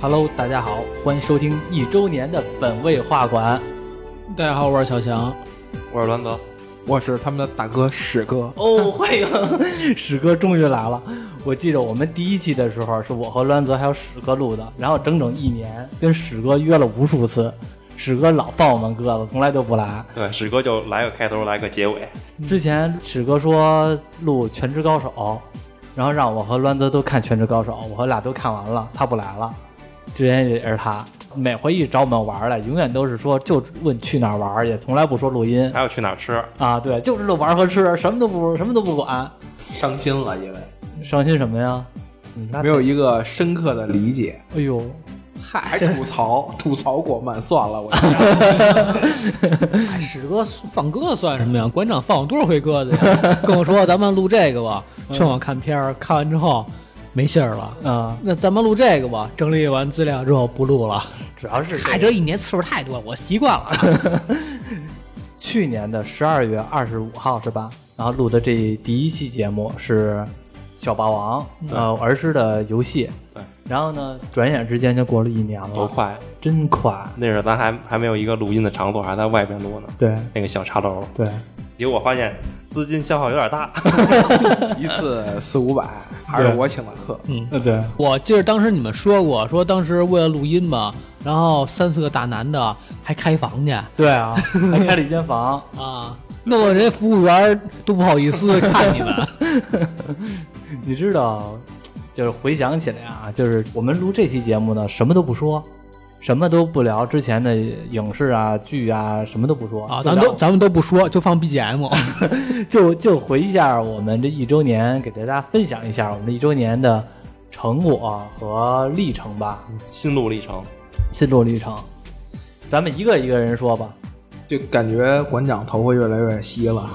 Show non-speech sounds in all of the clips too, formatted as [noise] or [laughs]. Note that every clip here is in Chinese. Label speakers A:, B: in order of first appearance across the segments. A: Hello，大家好，欢迎收听一周年的本位画馆。
B: 大家好，我是小强。
C: 我是栾泽，
D: 我是他们的大哥史哥，
A: 哦，欢迎史哥终于来了。我记得我们第一期的时候，是我和栾泽还有史哥录的，然后整整一年跟史哥约了无数次，史哥老放我们鸽子，从来都不来。
C: 对，史哥就来个开头，来个结尾，
B: 嗯
A: 之前史哥说录《全职高手》，然后让我和栾泽都看《全职高手》，我和俩都看完了，他不来了。之前也是他，每回一找我们玩儿来，永远都是说就问去哪儿玩儿，也从来不说录音
C: 还有去哪儿吃？
A: 啊，对，就知道玩儿和吃，什么都不什么都不管，
D: 伤心了，因为
A: 伤心什么呀？嗯那
D: 没有一个深刻的理解，
A: 哎呦，
D: 还吐 [laughs] 槽吐槽过慢，算了，我
B: 史哥放鸽算什么呀？馆长放我多少回鸽子 [laughs] 呀？跟我说咱们录这个吧，劝我看片儿，看完之后没信儿了。
A: 啊，
B: 那咱们录这个吧，整理完资料之后不录了。
A: 主要是
B: 嗨，这一年次数太多了，我习惯了。
A: 去年的十二月二十五号是吧？然后录的这第一期节目是《小霸王》呃儿时的游戏。
C: 对。
A: 然后呢，转眼之间就过了一年
C: 多
A: 了，
C: 快！
A: 真快。
C: 那时候咱还还没有一个录音的场所，还在外边录呢，
A: 对
C: 那个小茶楼。
A: 对，
C: 结果发现资金消耗有点大，
D: 一次四五 [laughs] 百，还是我请的客，
B: 嗯，
A: 呃对，
B: [laughs] 我记得当时你们说过，说当时为了录音嘛，然后三四个大男的还开房去
A: 对啊，还开了一间房。
B: 啊，弄得人家服务员都不好意 [laughs] 思看你们。
A: 你知道，就是回想起来啊，就是我们录这期节目呢，什么都不说，什么都不聊之前的影视啊、剧啊，什么都不说
B: 啊，
A: 就
B: 咱们都
A: 聊
B: 咱们都不说，就放 [laughs] BGM。
A: 就就回一下我们这一周年，给大家分享一下我们这一周年的成果和历程吧，
C: 心路历程。
A: 心路历程。咱们一个一个人说吧。
D: 就感觉馆长头发越来越稀了，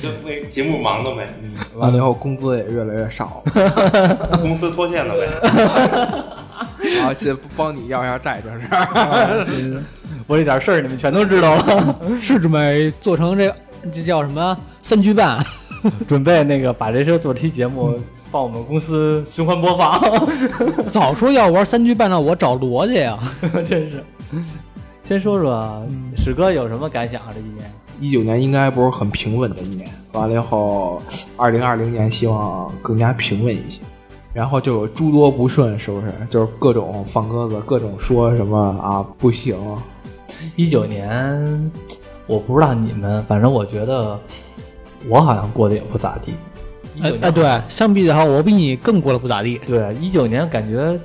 C: 就为节目忙的呗， [laughs]
D: 完了以后工资也越来越 [laughs] 少，
C: 公司拖欠的呗。
D: 然后先啊帮你要一下债，这是。
A: 我这点事儿你们全都知道
B: [laughs]
A: 了，
B: 是准备做成这这叫什么三句半？
A: 准备那个把这事儿做期节目放我们公司循环播放，
B: 早说要玩三句半，那我找罗去呀！
A: [laughs] 真是。先说说史哥有什么感想啊？这一年
D: 一九年应该不是很平稳的一年，完了以后，二零二零年希望更加平稳一些。然后就有诸多不顺，是不是？就是各种放鸽子，各种说什么啊不行，
A: 一九年，我不知道你们，反正我觉得我好像过得也不咋地。
B: 哎哎，对，相比的话，我比你更过得不咋地。
A: 对，一九年感觉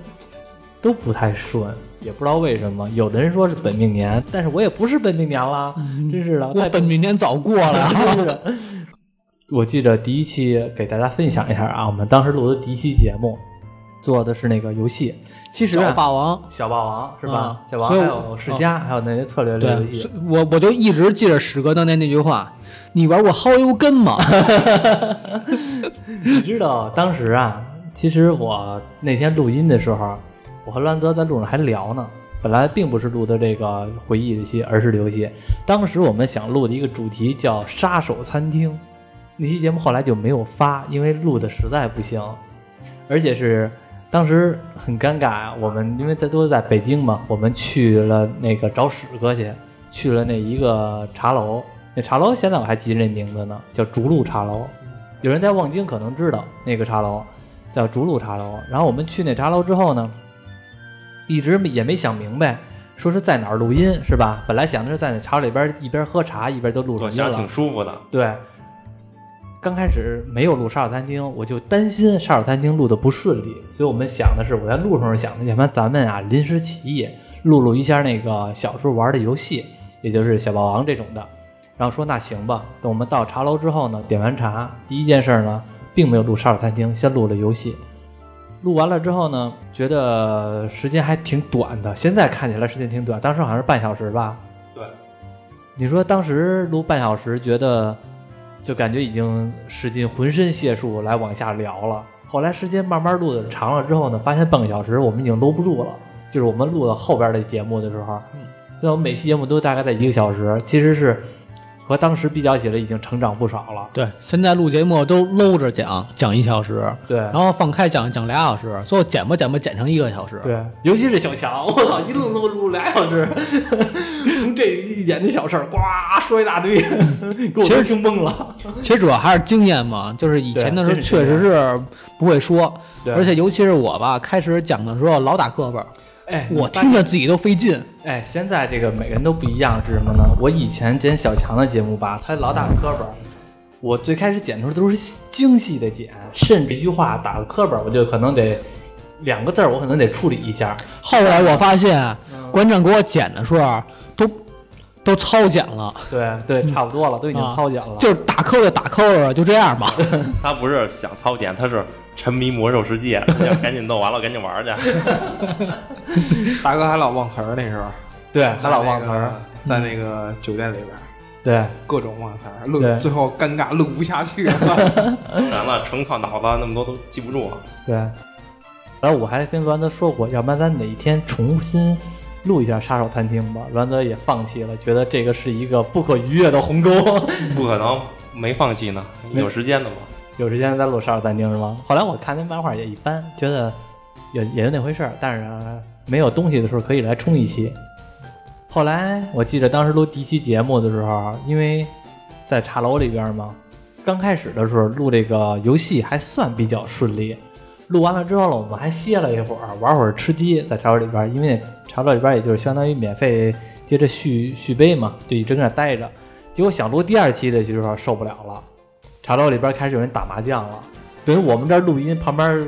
A: 都不太顺，也不知道为什么。有的人说是本命年，但是我也不是本命年啦，真是的。
B: 我本命年早
A: [laughs]
B: 过了，
A: 真啊
B: [laughs]
A: 是的。我记着第一期给大家分享一下啊，我们当时录的第一期节目做的是那个游戏，其实、
B: 小
A: 啊、
B: 霸王
A: 小霸王是吧？
B: 嗯
A: 小霸王
B: 所以
A: 还
B: 我嗯
A: 有世家，还有那些策略类游
B: 对，
A: 戏
B: 所。以我我就一直记着史哥当年那句话：“你玩过薅油根吗
A: [laughs] 你知道当时啊，其实我那天录音的时候，我和栾泽在路上还聊呢。本来并不是录的这个回忆的戏，而是游戏。当时我们想录的一个主题叫《杀手餐厅》，那期节目后来就没有发，因为录的实在不行，而且是当时很尴尬啊。我们因为在都在北京嘛，我们去了那个找史哥去，去了那一个茶楼。那茶楼现在我还记着那名字呢，叫竹鹿茶楼。有人在望京可能知道那个茶楼叫竹鹿茶楼。然后我们去那茶楼之后呢，一直也没想明白，说是在哪儿录音是吧？本来想的是在那茶楼里边一边喝茶一边就录
C: 我
A: 音
C: 想
A: 了，
C: 挺舒服的，
A: 对，刚开始没有录沙手餐厅，我就担心沙手餐厅录的不顺利，所以我们想的是，我在路上想的，要不然咱们啊临时起意录录一下那个小时候玩的游戏，也就是小霸王这种的。然后说那行吧，等我们到茶楼之后呢，点完茶，第一件事呢，并没有录沙手餐厅，先录了游戏。录完了之后呢，觉得时间还挺短的，现在看起来时间挺短，当时好像是半小时吧，
C: 对，
A: 你说当时录半小时，觉得就感觉已经使尽浑身解数来往下聊了。后来时间慢慢录的长了之后呢，发现半个小时我们已经搂不住了。就是我们
B: 嗯
A: 录到后边的节目的时候，现在我们每期节目都大概在一个小时，其实是和当时比较起来已经成长不少了。
B: 对，现在录节目都搂着讲，讲一小时，
A: 对，
B: 然后放开讲讲俩小时，最后剪吧剪吧剪成一个小时。
A: 对，尤其是小强，我操，一路录录俩小时， [laughs] 从这一点的小事儿，呱说一大堆， [laughs] 给我
B: 其
A: 都
B: 实
A: 听懵了。
B: 其实主要还是经验嘛，就是以前的时
A: 对
B: 候
A: 真是经
B: 确
A: 验
B: 实是不会说，
A: 对
B: 而且尤其是我吧，开始讲的时候老打磕巴，
A: 哎，
B: 我
A: 听。
B: 听着自己都费劲。
A: 哎，现在这个每个人都不一样，是什么呢？我以前剪小强的节目吧，他老打磕巴儿，我最开始剪的时候都是精细的剪，甚至一句话打个磕巴儿，我就可能得两个字儿，我可能得处理一下。
B: 后来我发现
A: 嗯，
B: 馆长给我剪的时候啊都都超剪了，
A: 对 [laughs] 对，差不多了，都已经
B: 啊
A: 操剪了。
B: 就是打磕巴就打磕巴吧，就这
A: [laughs]
B: 样吧。
C: 他不是想操点，他是沉迷魔兽世界，想赶紧弄完了赶紧玩去。
D: 大哥还老忘词儿那时候，
A: 对，还老忘词儿。
D: 在那个酒店里边儿
A: 对，
D: 各种忘词儿，录
A: 对
D: 最后尴尬录不下去了。 [laughs]
C: 当然了，纯靠脑子那么多都记不住啊。
A: 对，然后我还跟栾泽说过，要不然咱哪天重新录一下《杀手餐厅》吧。栾泽也放弃了，觉得这个是一个不可逾越的鸿沟。
C: 不可能没放弃呢，
A: 没
C: 有时间的嘛。
A: 有时间再录《杀手餐厅》是吗？后来我看那漫画也一般，觉得也也就那回事儿，但是呢没有东西的时候可以来冲一期。后来我记得当时录第一期节目的时候，因为在茶楼里边嘛，刚开始的时候录这个游戏还算比较顺利。录完了之后呢，我们还歇了一会儿，玩会儿吃鸡，在茶楼里边，因为茶楼里边也就是相当于免费接着续续杯嘛，就一直跟那待着。结果想录第二期的时候受不了了，茶楼里边开始有人打麻将了，等于我们这儿录音旁边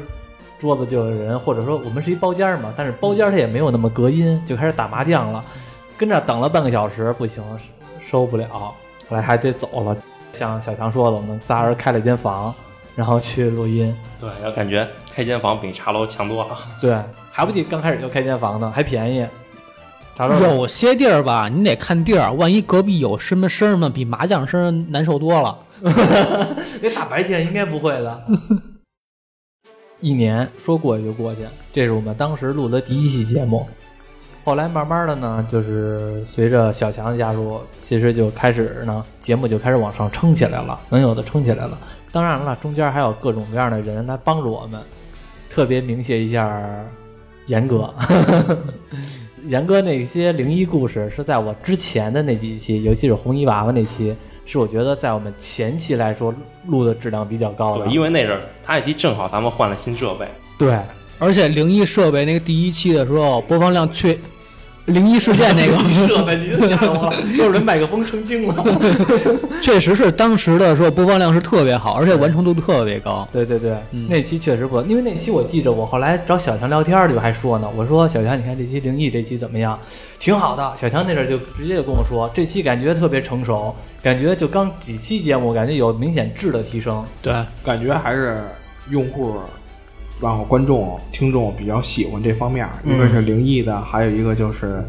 A: 桌子就有人，或者说我们是一包间儿嘛，但是包间儿它也没有那么隔音，就开始打麻将了，跟这儿等了半个小时，不行，收不了，后来还得走了。像小强说的，我们仨人开了一间房，然后去录音。
C: 对，要感觉开间房比茶楼强多了。
A: 对，还不记得刚开始就开间房呢，还便宜。茶楼
B: 有些地儿吧，你得看地儿，万一隔壁有什么声儿嘛，比麻将声儿难受多了。
A: 那大白天应该不会的。一年说过去就过去，这是我们当时录的第一期节目。后来慢慢的呢，就是随着小强的加入，其实就开始呢，节目就开始往上撑起来了，能有的撑起来了。当然了，中间还有各种各样的人来帮助我们，特别鸣谢一下严哥。 [laughs] 严哥那些灵异故事是在我之前的那几期，尤其是红衣娃娃那期，是我觉得在我们前期来说录的质量比较高的
C: 对，。因为那阵儿他那期正好咱们换了新设备，
A: 对，
B: 而且灵异设备那个第一期的时候，播放量确灵异事件那个
A: 设备您吓着我了，
B: [laughs]
A: 有人麦克风成精了。
B: 确实是当时的时候播放量是特别好，而且完成度特别高。
A: 对对对，
B: 嗯
A: 那期确实不错，因为那期我记着，我后来找小强聊天儿就还说呢，我说小强，你看这期灵异这期怎么样？挺好的。小强那阵儿就直接就跟我说，这期感觉特别成熟，感觉就刚几期节目，感觉有明显质的提升。
B: 对，
D: 感觉还是用户，然后观众、听众比较喜欢这方面儿，一个是
A: 嗯
D: 灵异的，还有一个就是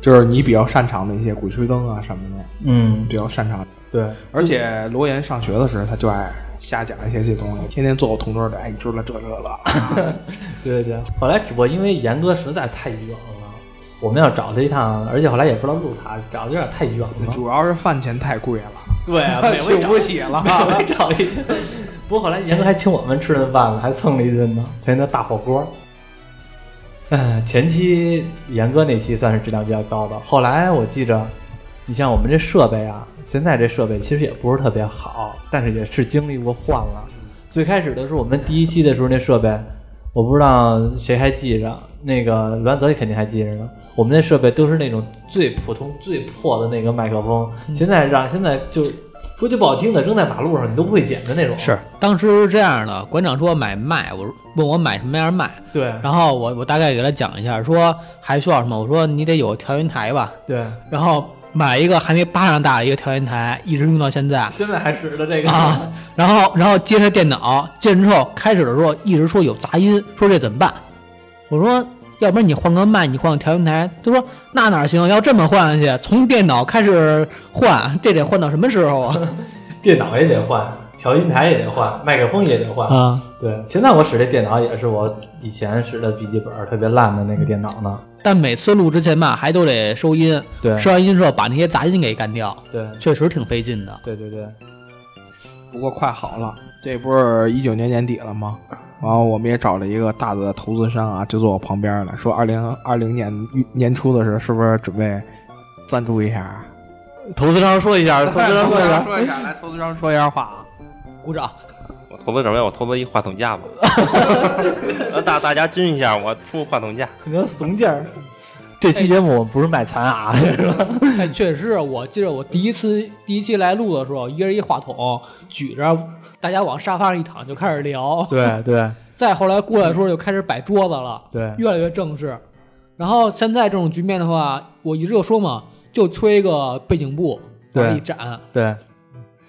D: 就是你比较擅长的一些鬼吹灯啊什么的，
A: 嗯，
D: 比较擅长。
A: 对，
D: 而且罗岩上学的时候，他就爱瞎讲一些这东西，天天坐我同桌的，哎，你知道这这
A: [laughs]
D: 了，
A: 对对对，后来只不过因为严哥实在太远了，我们要找他一趟，而且后来也不知道路他，找的有点太远了。 [laughs]
D: 主要是饭钱太贵了，
A: 对啊，每
D: [laughs] 请
A: 回找
D: 不起了。
A: 每回啊找一顿。不过后来严哥还请我们吃顿饭呢，还蹭了一顿呢，才那大火锅。哎，前期严哥那期算是质量比较高的，后来我记着，你像我们这设备啊，现在这设备其实也不是特别好，但是也是经历过换了。最开始的时候，我们第一期的时候那设备，我不知道谁还记着，那个栾泽肯定还记着呢。我们那设备都是那种最普通、最破的那个麦克风，现在让现在就说句不好听的，扔在马路上你都不会捡的那种。，
B: 当时是这样的，馆长说买麦，我说问我买什么样麦，
A: 对
B: 然后我我大概给他讲一下，说还需要什么，我说你得有调音台吧，
A: 对，
B: 然后买一个还没巴掌大的一个调音台，一直用到现 [laughs] 在。
A: 现在还使着这个
B: 啊，然后然后接他电脑，接着之后开始的时候一直说有杂音，说这怎么办？我说要不然你换个麦，你换个调音台。他说那哪行，要这么换下去，从电脑开始换，这得换到什么时候啊？
A: 电脑也得换。调音台也得换，麦克风也得换。
B: 啊。
A: 对，现在我使这电脑也是我以前使的笔记本儿特别烂的那个电脑呢。
B: 但每次录之前吧，还都得收音，
A: 对，
B: 收完音之后把那些杂音给干掉，
A: 对，
B: 确实挺费劲的。
A: 对对对，
D: 不过快好了，这不是一九年年底了吗？然后我们也找了一个大的投资商啊，就坐我旁边了，说二零二零年年初的时候，是不是准备赞助一下？
A: 投资商说一
D: [laughs]
A: 下，投资商说一下，
D: 说一下，来，投资商说一下话啊。
B: 鼓掌。
C: 我投资什么呀？我投资一话筒架 [laughs] 吧。呃大大家均一下，我出话筒架。
A: 你说怂劲儿。这期节目我们不是卖惨啊，是吧？
B: [clears throat] 哎，确实，我记得我第一次第一期来录的时候，一人一话筒，举着，大家往沙发上一躺就开始聊。
A: [laughs] 对对
B: 再后来过来的时候就开始摆桌子了，
A: 对，
B: 越来越正式。然后现在这种局面的话，我一直就说嘛，就缺一个背景布，
A: 对
B: 往上一展，
A: 对，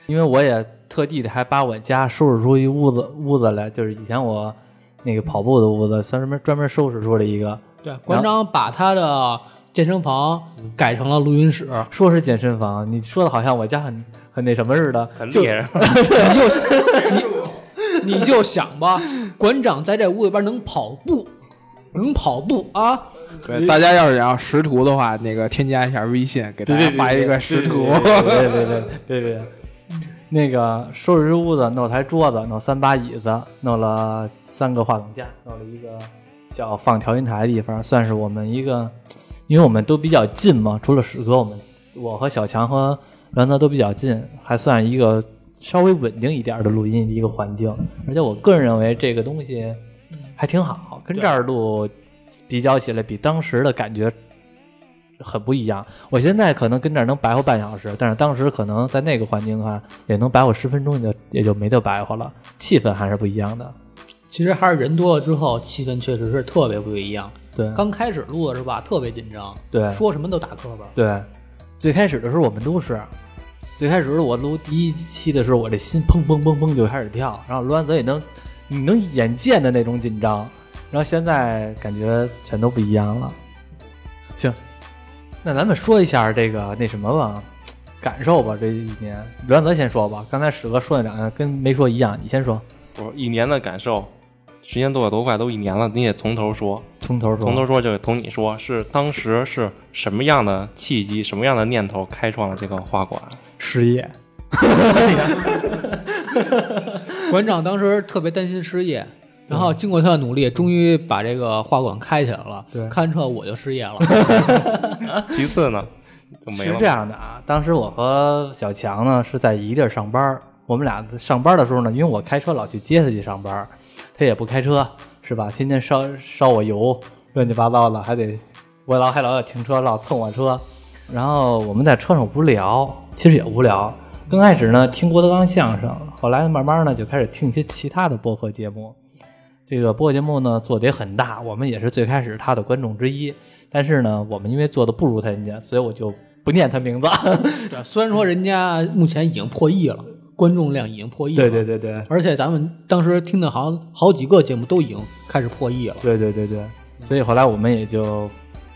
A: 因为我也特地的还把我家收拾出一屋子屋子来，就是以前我那个跑步的屋子，算是专门收拾出了一个，
B: 对，馆长把他的健身房改成了录音室，
A: 说是健身房，你说的好像我家很很那什么似的，
C: 很
A: 就
C: 厉害，
B: 你你就想吧，馆长在这屋里边能跑步，能跑步啊！
D: 对，大家要是想要识图的话，那个添加一下微信，给大家发一个识图。
A: 别别别别别， [laughs] 那个收拾屋子，弄台桌子，弄三把椅子，弄了三个话筒架，弄了一个小放调音台的地方，算是我们一个，因为我们都比较近嘛，除了史哥，我们我和小强和栾泽都比较近，还算一个稍微稳定一点的录音的一个环境，而且我个人认为这个东西还挺好，跟这儿录比较起来，比当时的感觉很不一样。我现在可能跟这儿能白活半小时，但是当时可能在那个环境下也能白活十分钟，也就也就没得白活了，气氛还是不一样的。
B: 其实还是人多了之后，气氛确实是特别不一样。
A: 对
B: 刚开始录的是吧，特别紧张，
A: 对
B: 说什么都打磕巴。 [laughs]
A: 对，最开始的时候我们都是，最开始我录第一期的时候，我这心砰砰砰砰就开始跳，然后栾泽也能你能眼见的那种紧张，然后现在感觉全都不一样了。行，那咱们说一下这个那什么吧。感受吧，这一年，栾泽先说吧。刚才史哥说的两个跟没说一样，你先说。
C: [laughs] 我一年的感受，时间过得多快，都一年了，你也从头说，
A: 从头说，
C: 从头说就从你说，是当时是什么样的契机，什么样的念头开创了这个画馆？
A: 失业，
B: 馆长当时特别担心失业，然后经过他的努力，终于把这个画馆开起来了。
A: 对
B: 堪彻我就
A: [laughs]
B: 失业了。
C: 其次呢，就没
A: 是
C: 了
A: 这。样的啊。当时我和小强呢是在一个地儿上班儿，我们俩上班的时候呢，因为我开车老去接他去上班儿，他也不开车，是吧？天天烧烧我油，乱七八糟的，还得我老还老要停车，老蹭我车。然后我们在车上无聊，其实也无聊。刚开始呢听郭德纲相声，后来慢慢呢就开始听一些其他的播客节目。这个播客节目呢做得也很大，我们也是最开始他的观众之一。但是呢，我们因为做的不如他人家，所以我就不念他名字。
B: 对，虽然说人家目前已经破亿了，观众量已经破亿了。
A: [laughs] 对对对对
B: 而且咱们当时听的好像好几个节目都已经开始破亿了。
A: 对对对对，所以后来我们也就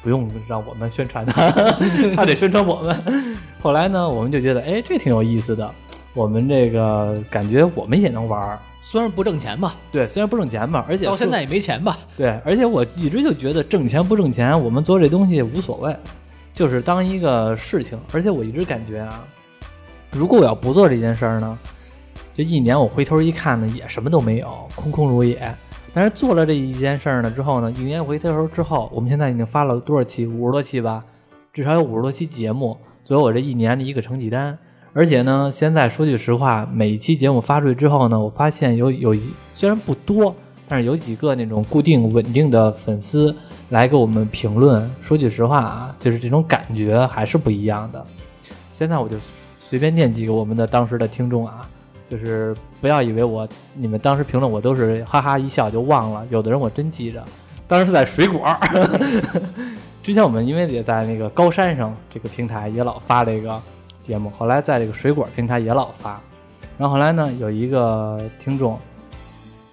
A: 不用让我们宣传他， [laughs] 他得宣传我们。后来呢，我们就觉得哎，这挺有意思的，我们这个感觉我们也能玩儿。
B: 虽然不挣钱吧，
A: 对，虽然不挣钱吧，而且
B: 到
A: 说
B: 现在也没
A: [laughs]
B: 钱吧，
A: 对，而且我一直就觉得挣钱不挣钱，我们做这东西无所谓，就是当一个事情。而且我一直感觉啊，如果我要不做这件事儿呢，这一年我回头一看呢，也什么都没有，空空如也。但是做了这一件事儿呢之后呢，一年回头之后，我们现在已经发了多少期？五十多期吧，至少有五十多期节目，作为我这一年的一个成绩单。而且呢，现在说句实话，每一期节目发出去之后呢，我发现有有一虽然不多，但是有几个那种固定稳定的粉丝来给我们评论。说句实话啊，就是这种感觉还是不一样的。现在我就随便念几个我们的当时的听众啊，就是不要以为我你们当时评论我都是哈哈一笑就忘了，有的人我真记着，当时是在水果儿。之前我们因为也在那个高山上这个平台也老发这个节目，后来在这个水果平台也老发，然后后来呢有一个听众，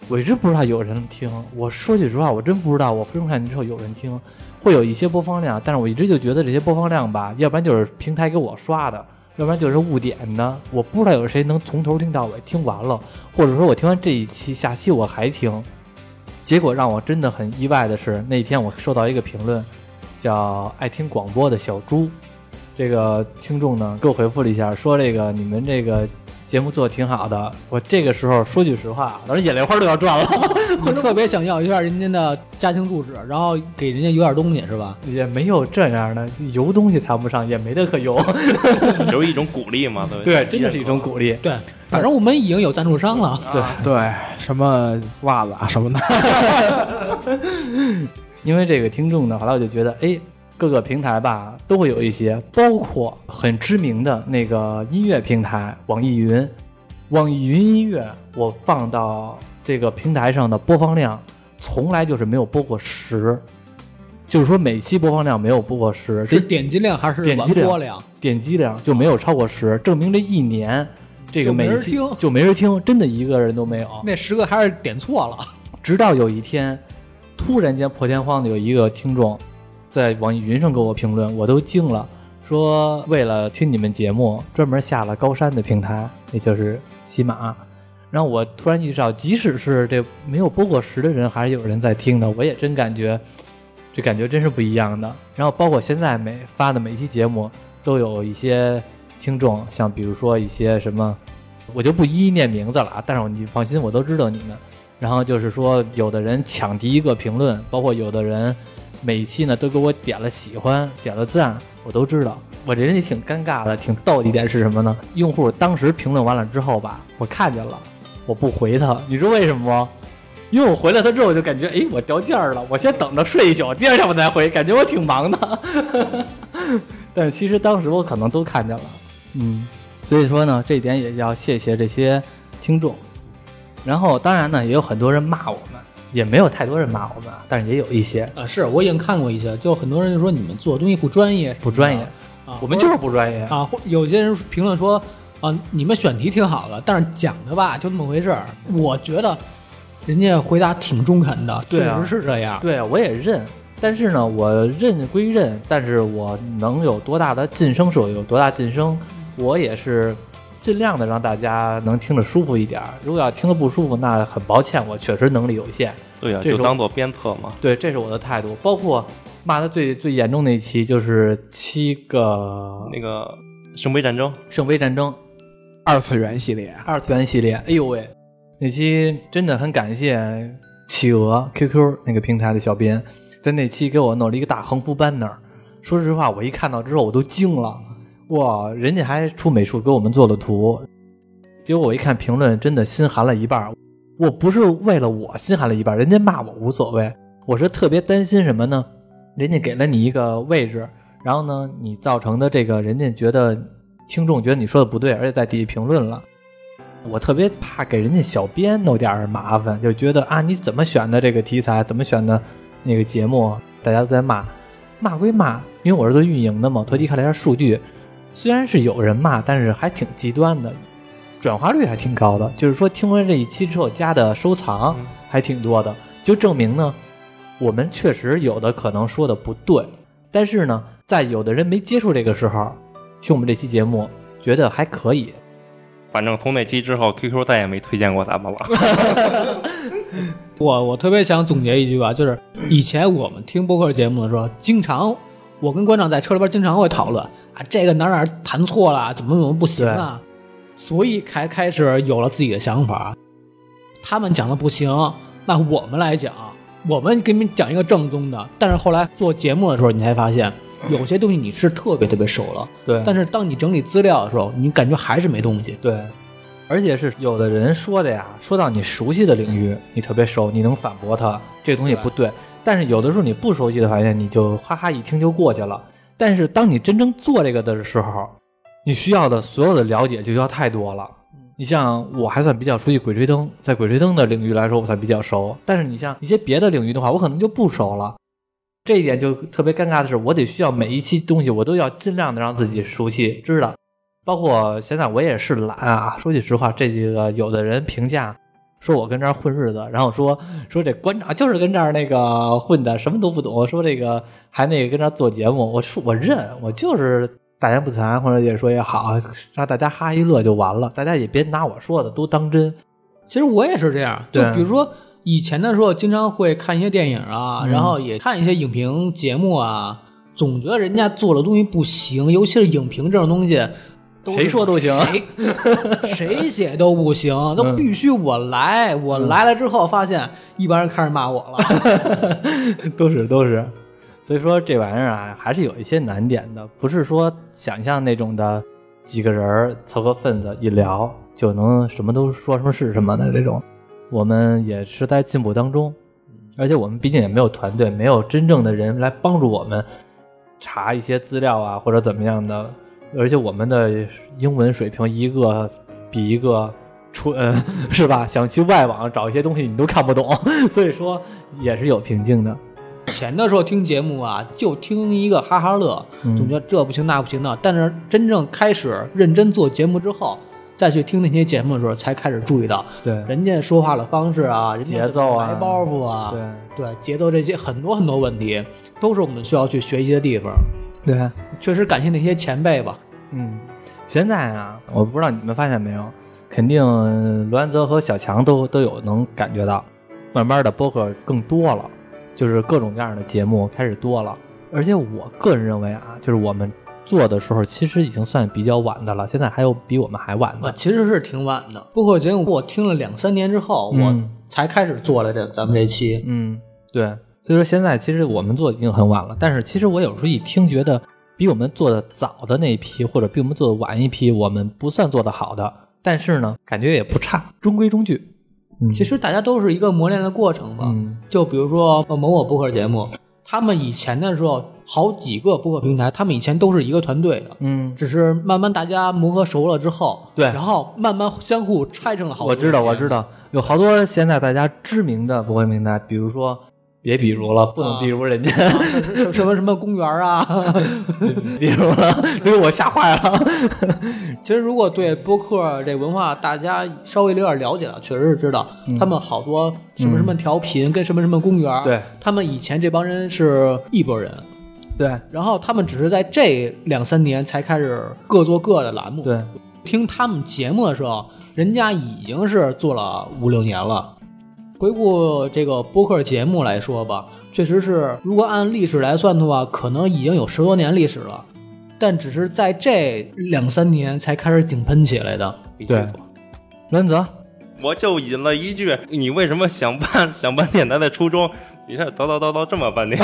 A: 我一直不知道有人听，我说句实话，我真不知道我分出来之后有人听，会有一些播放量，但是我一直就觉得这些播放量吧，要不然就是平台给我刷的，要不然就是误点的。我不知道有谁能从头听到尾，听完了，或者说我听完这一期，下期我还听。结果让我真的很意外的是，那天我收到一个评论，叫爱听广播的小猪，这个听众呢给我回复了一下，说这个你们这个节目做的挺好的。我这个时候说句实话，当时眼泪花都要转了，
B: 我特别想要一下人家的家庭住址，然后给人家有点东西，是吧？
A: 也没有这样的油东西谈不上，也没得可油。
C: 就是一种鼓励嘛，对不
A: 对，真的是一种鼓励。
B: 对，反正我们已经有赞助商了。
C: 励。
A: 对
C: 啊
D: 对，什么袜子啊什么的， [laughs]
A: 因为这个听众呢，后来我就觉得，哎，各个平台吧都会有一些，包括很知名的那个音乐平台网易云，网易云音乐，我放到这个平台上的播放量从来就是没有播过十，就是说每期播放量没有播过十，这
B: 是点击量还是
A: 点
B: 完
A: 击量
B: 播量？
A: 点击量就没有超过十，证明这一年。这个
B: 就没
A: 每一
B: 人
A: 期
B: 听
A: 就没人听，真的一个人都没有。
B: 那十个还是点错了。
A: 直到有一天，突然间破天荒的有一个听众在网易云上给我评论，我都惊了，说为了听你们节目，专门下了高山的平台，也就是喜马。啊然后我突然意识到，即使是这没有播过时的人，还是有人在听的。我也真感觉，这感觉真是不一样的。然后包括现在每发的每期节目，都有一些听众，像比如说一些什么，我就不一一念名字了啊。但是你放心，我都知道你们。然后就是说，有的人抢第一个评论，包括有的人每一期呢都给我点了喜欢，点了赞，我都知道。我这人也挺尴尬的，挺逗的一点是什么呢？用户当时评论完了之后吧，我看见了，我不回他，你知道为什么吗？因为我回了他之后，我就感觉哎，我掉价儿了，我先等着睡一宿，第二天我再回，感觉我挺忙的。但是其实当时我可能都看见了，嗯，所以说呢，这一点也要谢谢这些听众。然后当然呢，也有很多人骂我们，也没有太多人骂我们，但是也有一些
B: 啊，是我已经看过一些，就很多人就说你们做的东西不专业，
A: 不专业，
B: 啊，
A: 我们就是不专业。
B: 啊，或有些人评论说啊，你们选题挺好的，但是讲的吧就那么回事儿。我觉得人家回答挺中肯的，
A: 对啊
B: 确实是这样。
A: 对，我也认，但是呢，我认归认，但是我能有多大的晋升是我有多大晋升，我也是尽量的让大家能听着舒服一点儿。如果要听得不舒服，那很抱歉，我确实能力有限。
C: 对呀，
A: 这
C: 就
A: 种
C: 当做鞭策嘛。
A: 对，这是我的态度。包括骂的最最严重的一期就是七个
C: 那个圣杯战争，
A: 圣杯战争，
D: 二次元系列，啊
A: 二次元系列，哎呦喂，那期真的很感谢企鹅 QQ 那个平台的小编，在那期给我弄了一个大横幅 banner。说实话，我一看到之后我都惊了，哇，人家还出美术给我们做了图，结果我一看评论，真的心寒了一半儿。我不是为了我心寒了一半儿，人家骂我无所谓，我是特别担心什么呢？人家给了你一个位置，然后呢，你造成的这个人家觉得听众觉得你说的不对，而且在底下评论了。我特别怕给人家小编弄点儿麻烦，就觉得啊，你怎么选的这个题材，怎么选的那个节目，大家都在骂，骂归骂，因为我是做运营的嘛，我特地看了一下数据，虽然是有人骂，但是还挺极端的，转化率还挺高的，就是说听完这一期之后加的收藏
C: 嗯
A: 还挺多的，就证明呢，我们确实有的可能说的不对，但是呢，在有的人没接触这个时候，听我们这期节目觉得还可以，
C: 反正从那期之后，QQ 再也没推荐过咱 [laughs] 们了。
B: 我我特别想总结一句吧，就是以前我们听播客节目的时候，经常我跟馆长在车里边经常会讨论啊，这个哪儿哪儿弹错了，怎么怎么不行啊，所以才开始有了自己的想法。他们讲的不行，那我们来讲，我们给你们讲一个正宗的。但是后来做节目的时候，你才发现有些东西你是特别特别熟了，
A: 对
B: 但是当你整理资料的时候，你感觉还是没东西。
A: 对，而且是有的人说的呀，说到你熟悉的领域，你特别熟，你能反驳他，这个东西不对。但是有的时候你不熟悉的，发现你就哈哈一听就过去了。但是当你真正做这个的时候，你需要的所有的了解就要太多了。你像我还算比较熟悉《鬼吹灯》，在《鬼吹灯》的领域来说，我算比较熟。但是你像一些别的领域的话，我可能就不熟了。这一点就特别尴尬的是，我得需要每一期东西，我都要尽量的让自己熟悉知道。包括现在我也是懒啊，说句实话，这几个有的人评价说我跟这儿混日子，然后说说这馆长就是跟这儿那个混的，什么都不懂，说这个还那个跟这儿做节目，我说我认，我就是大言不惭或者也说也好，让大家哈一乐就完了，大家也别拿我说的都当真。
B: 其实我也是这样，就
A: 对
B: 比如说以前的时候，经常会看一些电影啊，
A: 嗯
B: 然后也看一些影评节目啊，总觉得人家做的东西不行，尤其是影评这种东西，都是
A: 谁说都行
B: 谁谁 [laughs] 写都不行，都
A: 嗯
B: 必须我来。我来了之后，发现一般人开始骂我了。
A: [laughs] 都是都是，所以说这玩意儿啊，还是有一些难点的，不是说想象那种的几个人儿凑个份子一聊就能什么都说什么是什么的这种。我们也是在进步当中，而且我们毕竟也没有团队，没有真正的人来帮助我们查一些资料啊，或者怎么样的。而且我们的英文水平一个比一个蠢， [laughs] 是吧？想去外网找一些东西你都看不懂， [laughs] 所以说也是有瓶颈的。
B: 以前的时候听节目啊，就听一个哈哈乐，
A: 嗯
B: 总觉得这不行那不行的。但是真正开始认真做节目之后，再去听那些节目的时候，才开始注意到。
A: 对
B: 人家说话的方式啊，人家
A: 节奏啊
B: 怎么来包袱啊，
A: 对
B: 对节奏这些很多很多问题，都是我们需要去学习的地方。
A: 对，
B: 确实感谢那些前辈吧，
A: 嗯，现在啊，我不知道你们发现没有，肯定呃罗安泽和小强都都有能感觉到，慢慢的播客更多了，就是各种各样的节目开始多了。而且我个人认为啊，就是我们做的时候其实已经算比较晚的了，现在还有比我们还晚
B: 啊，
A: 的。
B: 其实是挺晚的。播客节目我听了两三年之后，
A: 嗯
B: 我才开始做了这咱们这期。
A: 嗯，对，所以说现在其实我们做已经很晚了，但是其实我有时候一听觉得比我们做的早的那一批，或者比我们做的晚一批，我们不算做的好的，但是呢，感觉也不差，中规中矩。嗯
B: 其实大家都是一个磨练的过程吧。
A: 嗯
B: 就比如说呃某某播客节目，他们以前的时候好几个播客平台，他们以前都是一个团队的。
A: 嗯，
B: 只是慢慢大家磨合熟了之后，
A: 对
B: 然后慢慢相互拆成了好多
A: 我知道，
B: 节目
A: 我知道，有好多现在大家知名的播客平台，比如说。别比如了，不能比如人家，
B: [laughs] 什什么什么公园啊。 [laughs]
A: 比如了， [laughs] 都给我吓坏了。
B: 其实如果对播客这文化大家稍微有点了解了，确实是知道、
A: 嗯
B: 他们好多什么什么调频跟什么什么公园，
A: 对，
B: 他们以前这帮人是一拨人，
A: 对
B: 然后他们只是在这两三年才开始各做各的栏
A: [laughs]
B: 目。，
A: [laughs] 对，
B: 听他们节目的时候，人家已经是做了五六年了。回顾这个播客节目来说吧，确实是，如果按历史来算的话，可能已经有十多年历史了，但只是在这两三年才开始井喷起来的。
A: 对栾泽，
C: 我就引了一句：“你为什么想办 [laughs] 想半天？咱的初衷，你看叨叨叨叨这么半天。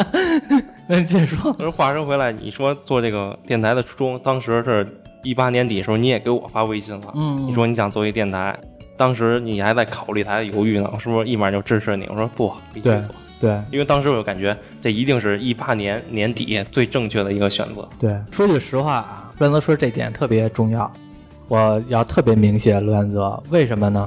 A: [laughs] 那你接着说。
C: 可是话说回来，你说做这个电台的初衷，当时是一八年底的时候，你也给我发微信了，
A: 嗯
C: 你说你想做一电台，当时你还在考虑，还在犹豫呢，我是不是一秒就支持你？我说不，必须
A: 对
C: 做，
A: 对
C: 因为当时我就感觉这一定是一八年年底最正确的一个选择。
A: 对，说句实话啊，栾泽说这点特别重要，我要特别明谢栾泽，为什么呢？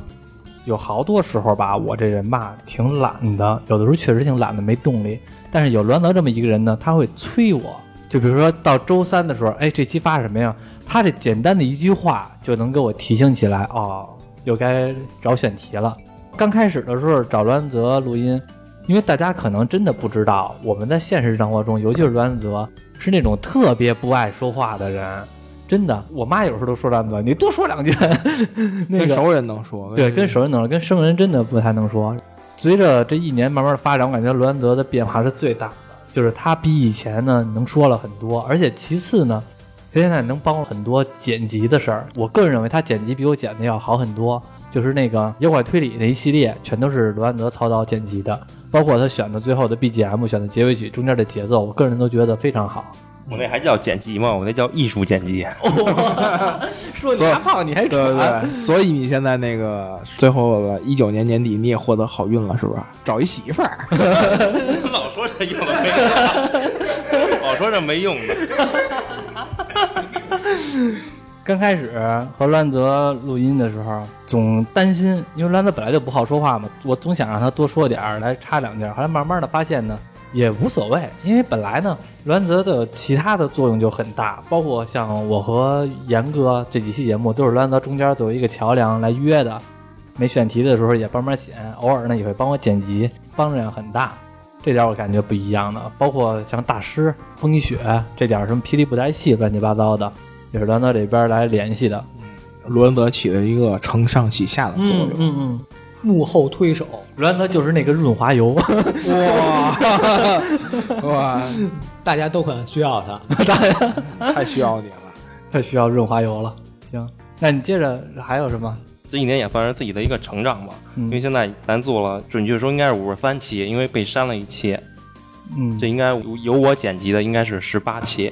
A: 有好多时候吧，我这人吧挺懒的，有的时候确实挺懒的，没动力。但是有栾泽这么一个人呢，他会催我。就比如说到周三的时候，哎，这期发什么呀？他这简单的一句话就能给我提醒起来，哦，又该找选题了。刚开始的时候找栾泽录音，因为大家可能真的不知道，我们在现实生活中，尤其是栾泽，是那种特别不爱说话的人。真的，我妈有时候都说栾泽，你多说两句。 [laughs] 那
D: 跟
A: 个
D: 熟人能说，
A: 对，跟熟人能说，跟生人真的不太能说。随着这一年慢慢的发展，我感觉罗安德的变化是最大的，就是他比以前呢能说了很多，而且其次呢，他现在能帮我很多剪辑的事儿。我个人认为他剪辑比我剪的要好很多，就是那个妖怪推理那一系列全都是罗安德操刀剪辑的，包括他选的最后的 BGM，选的结尾曲中间的节奏，我个人都觉得非常好。
C: 我那还叫剪辑吗？我那叫艺术剪辑。
A: 哦说
D: 你还
A: 胖，你还
D: 对对对，所以你现在那个最后了，一九年年底你也获得好运了，是吧？找一媳妇儿，
C: [laughs] 老说这用的没用，老说这没用的。
A: 刚开始和栾泽录音的时候，总担心，因为栾泽本来就不好说话嘛，我总想让他多说点儿，来插两句儿。后来慢慢的发现呢，也无所谓，因为本来呢，栾泽的其他的作用就很大，包括像我和严哥这几期节目，都是栾泽中间作为一个桥梁来约的。没选题的时候也帮忙写，偶尔呢也会帮我剪辑，帮助量很大。这点我感觉不一样的。包括像大师、风一雪这点儿什么霹雳布袋戏乱七八糟的，也是栾泽这边来联系的。
D: [laughs] 罗恩泽起了一个承上启下的作用。
A: 嗯嗯，
B: 幕后推手，
A: 栾泽就是那个润滑 [laughs] 油，嗯
D: 哇，
A: [laughs]
B: 大家都很需要他。
D: 太需要你了！
A: 太需要润滑油了。行，那你接着还有什么？
C: 这一年也算是自己的一个成长吧。
A: 嗯
C: 因为现在咱做了，准确说应该是五十三期，因为被删了一期，
A: 嗯，
C: 这应该有我剪辑的应该是十八期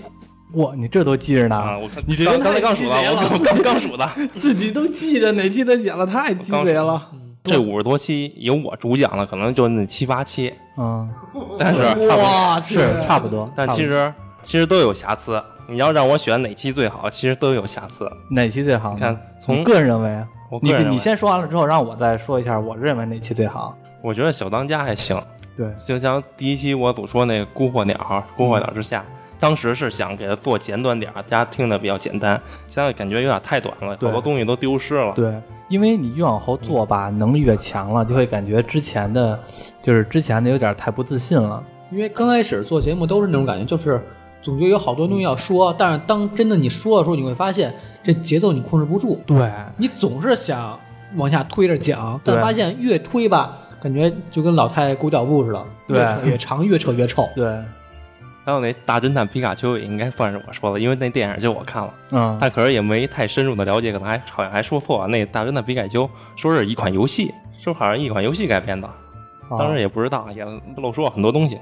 A: 哇，你这都记着呢，
C: 啊。我看
A: 你这
C: 刚
A: 人
C: 刚才
A: 太
C: 刚数的，
A: 鸡贼
C: 我
A: 了
C: 刚刚刚数的，
A: [laughs] 自己都记着哪期他讲了，太鸡贼了。
C: [laughs]
B: 嗯
C: 这五十多期有我主讲的，可能就那七八期，
A: 嗯，
C: 但 [laughs] 是
B: 哇，
A: 是差不多。
C: 但其
A: 差
C: 实其实都有瑕疵。你要让我选哪期最好，其实都有瑕疵。
A: 不多哪期最好呢？
C: 你看，从
A: 你个人认为啊，
C: 我
A: 你
C: 个人认为
A: 你先说完了之后，让我再说一下我认为哪期最好。
C: 我觉得小当家还行，
A: 对，嗯
C: 就像第一期我总说那孤火鸟，孤火鸟之下，当时是想给它做简短点儿，大家听的比较简单，现在感觉有点太短了，
A: 对
C: 好多东西都丢失了。
A: 对，因为你越往后做吧，能力越强了，就会感觉之前的，就是之前的有点太不自信了。
B: 因为刚开始做节目都是那种感觉，就是总觉得有好多东西要说，但是当真的你说的时候，你会发现这节奏你控制不住，
A: 对，
B: 你总是想往下推着讲，但
A: 对
B: 发现越推吧，感觉就跟老太太裹脚布似的，
A: 对
B: 越扯越长，越扯越臭。
A: 对，
C: 还有那大侦探皮卡丘也应该算是我说的，因为那电影就我看了，
A: 嗯，
C: 但可是也没太深入的了解，可能还好像还说错了。那大侦探皮卡丘说是一款游戏，说好像一款游戏改编的，当时
A: 也
C: 也不知道，也漏说了很多东西。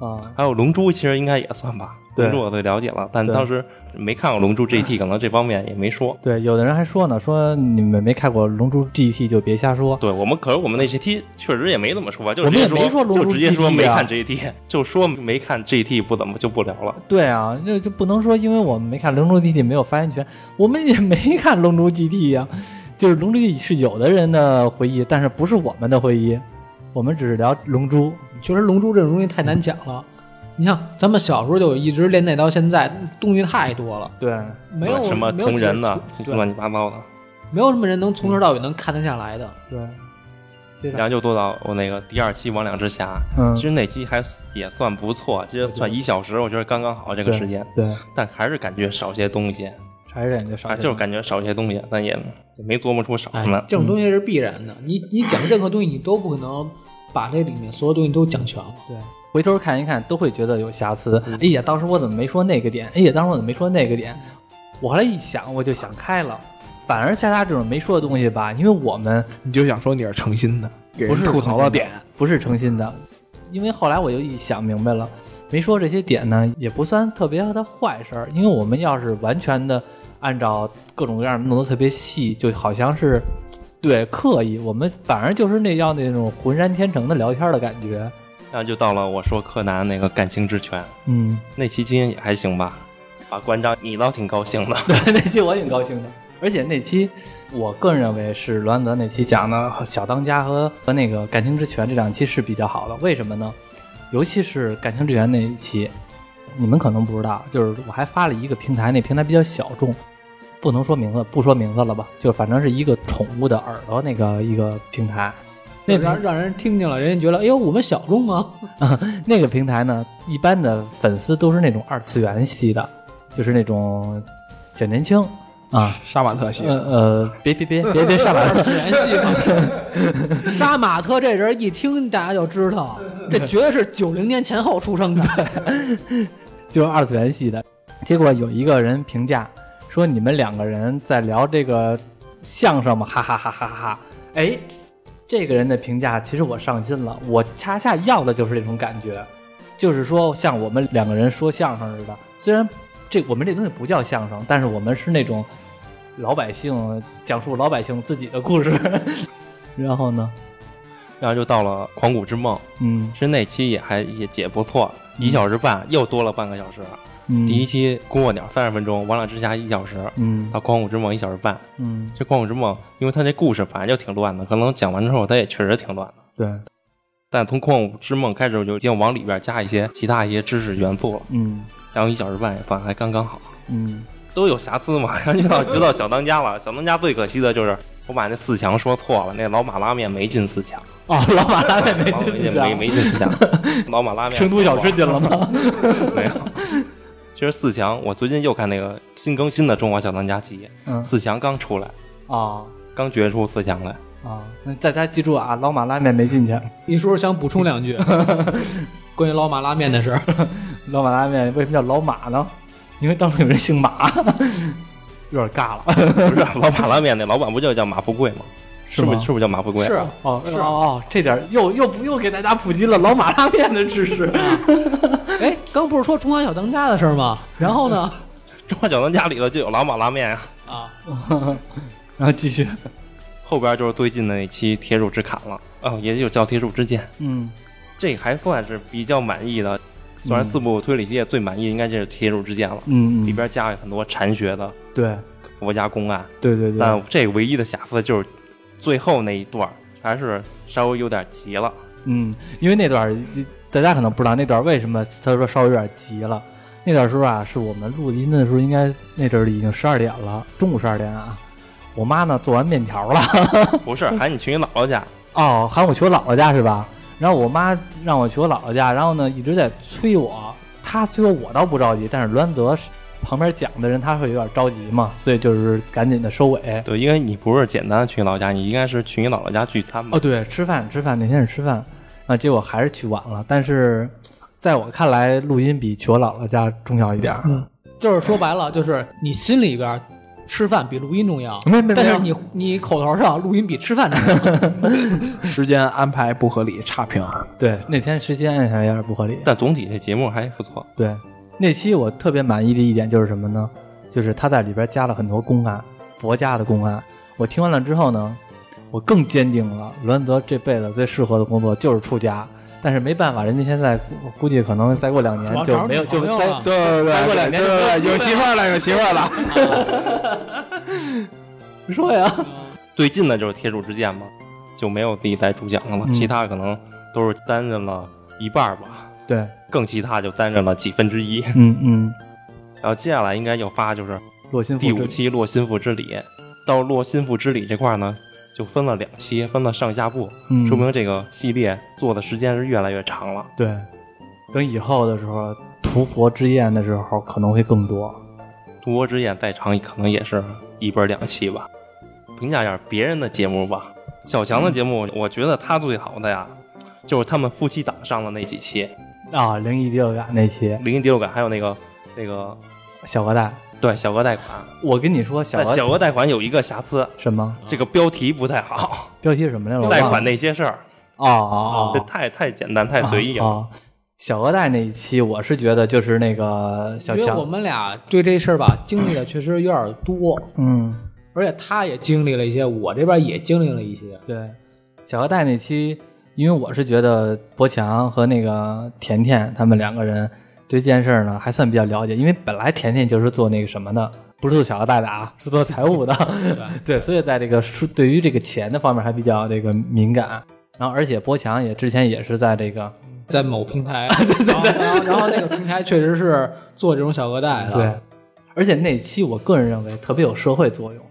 A: 啊，
C: 还有《龙珠》，其实应该也算吧，《
A: 对
C: 龙珠》我都了解了，但
A: 对
C: 当时没看过《龙珠 GT》，可
A: [laughs]
C: 能这方面也没说。
A: 对，有的人还说呢，说你们没看过《龙珠 GT》就别瞎说。
C: 对我们，可是我们那 GT 确实也没怎么说吧，就
A: 我们也
C: 直接
A: 没说龙珠
C: 就直接
A: GT
C: 说没
A: 啊
C: 看 GT，就说没看 GT 不怎么就不聊了。
A: 对啊，那就不能说因为我们没看《龙珠 GT》没有发言权，我们也没看《龙珠 GT》呀。就是《龙珠 GT》是有的人的回忆，但是不是我们的回忆，我们只是聊《龙珠》。
B: 确实，《龙珠》这种东西太难讲了。你像咱们小时候就一直练那到现在，东西太多了，
A: 对，
B: 没有
C: 什么
B: 没有
C: 同人
B: 呢
C: 呢，，乱七八糟的。
B: 没有什么人能从头到尾能看得下来的。
A: 对，接
C: 然
A: 着，
C: 后就做到我那个第二期《魍魉之匣》，
A: 嗯
C: 其，实那期还也算不错，其实算一小时，我觉得刚刚好这个
A: 对
C: 时间，
A: 对，
C: 但还是感觉少些东西，
A: 还是感觉少
C: 啊，
A: 见，
C: 就是感觉少些东西，但也也没琢磨出少
B: 哎
C: 什么。，
B: 这种东西是必然的。你你讲任何东西，你都不可能把这里面所有东西都讲全了。
A: 对，回头看一看都会觉得有瑕疵。
D: 嗯
A: 哎呀，当时我怎么没说那个点？哎呀，当时我怎么没说那个点？我后来一想，我就想开了。反而恰恰这种没说的东西吧，因为我们
D: 你就想说你是诚心的，给
A: 不
D: 人
A: 是
D: 吐槽的点，
A: 不是诚心的，因为后来我就一想明白了，没说这些点呢，也不算特别的坏事儿，因为我们要是完全的按照各种各样的弄得特别细，就好像是对刻意，我们反而就是那要那种浑然天成的聊天的感觉。
C: 然后就到了我说柯南那个感情之泉
A: 嗯，
C: 那期，今天也还行吧。把关张，你倒挺高兴的。 [laughs]
A: [laughs] 那期我挺高兴的，而且那期我个人认为是罗安德那期讲的《小当家和》和那个《感情之泉》这两期是比较好的，为什么呢？尤其是《感情之泉》那一期，你们可能不知道，就是我还发了一个平台，那平台比较小众，不能说名字，不说名字了吧，就反正是一个宠物的耳朵那个一个平台，那平
B: 让让人听见了，人家觉得，哎呦，我们小众啊吗？
A: 那个平台呢，一般的粉丝都是那种二次元系的，就是那种小年轻啊。
D: 杀马特系。
A: 呃呃，别别别别别上
C: [laughs]
A: 来
B: 二
A: 了，
B: 次元系吗？杀马特这人一听大家就知道，这绝对是九零年前后出生的。
A: 就是二次元系的。结果有一个人评价说你们两个人在聊这个相声嘛，哈哈哈哈哈哈。哎，这个人的评价其实我上心了，我恰恰要的就是这种感觉，就是说像我们两个人说相声似的，虽然这我们这东西不叫相声，但是我们是那种老百姓讲述老百姓自己的故事。 [laughs] 然后呢，
C: 然后就到了《狂骨之梦》，
A: 嗯，
C: 其实那期也还也也不错，
A: 嗯
C: 一小时半又多了半个小时。
A: 嗯
C: 第一，期《孤卧鸟》三十分钟，《王两之匣》一小时，
A: 嗯
C: 到《狂舞之梦》一小时半。
A: 嗯，
C: 这《狂舞之梦》，因为它这故事反正就挺乱的，可能讲完之后它也确实挺乱的。
A: 对，
C: 但从《狂舞之梦》开始，我就已经往里边加一些其他一些知识元素了，
A: 嗯
C: 然后一小时半也算还刚刚好。
A: 嗯
C: [laughs] 都有瑕疵嘛，然后就到就到小当家了。小当家最可惜的就是我把那四强说错了，那老马拉面没进四强，
A: 哦，老马拉面 [laughs] 没
C: 老马拉
A: 进去
C: 面没没进
A: [laughs]
C: 四强，老马拉面
A: 成都小吃进了吗？[laughs]
C: 没有。其实四强，我最近又看那个新更新的《中华小当家》系列，
A: 嗯
C: 四强刚出来，
A: 啊
C: 刚决出四强来。 [laughs]
A: 啊，那大家记住啊，老马拉面没进去，
B: 你是不是想补充两句 [laughs] 关于老马拉面的事儿？
A: 老马拉面为什么叫老马呢？因为当时有人姓马，有点尬了。
C: 不是老马拉面那老板不就叫马富贵吗？是不
A: 吗
C: 是是不是叫马富贵？啊
B: 是啊
A: 哦
B: 是
A: 哦哦，这点儿又又不又给大家普及了老马拉面的知识。
B: 哎，刚不是说中华小当家的事儿吗？然后呢？
C: 中华小当家里头就有老马拉面啊。
B: [laughs] 啊，
A: [laughs] 然后继续，
C: 后边就是最近的那期《铁柱之砍》了，哦，也就叫《铁柱之剑》，
A: 嗯
C: 这还算是比较满意的。虽然四部推理系列最满意应该就是《铁柱之剑》了，
A: 嗯，
C: 里边加了很多禅学的
A: 对
C: 佛家公案，
A: 对对对，
C: 但这唯一的瑕疵就是最后那一段儿还是稍微有点急
A: [laughs]
C: 了。
A: 嗯，因为那段儿大家可能不知道那段儿为什么他说稍微有点急了。那段儿时候啊，是我们录音的时候，应该那阵儿已经十二点了，中午十二点啊。我妈呢做完面条了， [laughs]
C: 不是，喊你去你姥姥家，
A: 哦，喊我去我姥姥家是吧？然后我妈让我去我姥姥家，然后呢一直在催我。她催我，我倒不着急，但是栾泽是旁边讲的人他会有点着急嘛，所以就是赶紧的收尾。
C: 对，因为你不是简单的去你姥姥家，你应该是去你姥姥家聚餐吧
A: 哦，？对，吃饭吃饭，那天是吃饭，啊，结果还是去晚了。但是在我看来，录音比去我姥姥家重要一点儿。
B: 嗯就是说白了，就是你心里边儿吃饭比录音重要，
A: 没没没有
B: 但是你你口头上录音比吃饭重要。
D: 时间安排不合理，差评。
A: 对，那天时间好像有点不合理。
C: 但总体这节目还不错。
A: 对，那期我特别满意的一点就是什么呢？就是他在里边加了很多公案，佛家的公案。我听完了之后呢，我更坚定了罗恩泽这辈子最适合的工作就是出家。但是没办法，人家现在我估计可能再过两
B: 主
A: 年
B: 要找
A: 就
B: 女
A: 没有就
B: 朋友
A: 再
B: 了
A: 对
D: 对
A: 再过两年就没有机会了
D: 妇了，有媳妇
A: [laughs]
D: 了。
A: 说呀，
C: 最近的就是《铁柱之剑》嘛，就没有自己带主讲的了，
A: 嗯
C: 其他可能都是担任了一半儿吧，
A: 对，
B: [laughs]
C: 更其他就担任了几分之一。
A: 嗯嗯，
C: 然后接下来应该要发就是
A: 洛心
C: 第
A: 赋
C: 五
A: 之
C: 期《洛心腹之礼》，到《洛心腹之礼》这块儿呢，就分了两期，分了上下部，
A: 嗯
C: 说明这个系列做的时间是越来越长了。
A: 对，等以后的时候，屠佛之宴的时候可能会更多。
C: 《独国之眼》再长可能也是一本两期吧。评价一下别人的节目吧，小强
A: 嗯
C: 的节目，我觉得他最好的呀，就是他们夫妻档上的那几期，
A: 啊，灵异第六感那期
C: 《灵异第六感》还有那个那个
A: 小额贷，
C: 对小额贷款，
A: 我跟你说，小
C: 但
A: 额
C: 小额贷款有一个瑕疵，
A: 什么
C: 这个标题不太好，
A: 标题是什么来着？我
C: 贷
A: 忘
C: 款
A: 了
C: 那些事儿，
A: 哦嗯哦
C: 这
A: 哦，
C: 太太简单太随意了。啊
A: 哦小额贷那一期，我是觉得就是那个小
B: 因为我
A: 强，
B: 们俩对这事儿吧经历的确实有点多，
A: 嗯，
B: 而且他也经历了一些，我这边也经历了一些。
A: 对，小额贷那期，因为我是觉得博强和那个甜甜他们两个人对这件事儿呢还算比较了解，因为本来甜甜就是做那个什么的，不是做小额贷的啊，是做财务的， [laughs] 对，所以在这个数对于这个钱的方面还比较这个敏感。然后，而且博强也之前也是在这个
B: 在某
A: [laughs]
B: 平台，然后然后然后那个平台确实是做这种小额贷的，
A: 对，而且那期我个人认为特别有社会作用，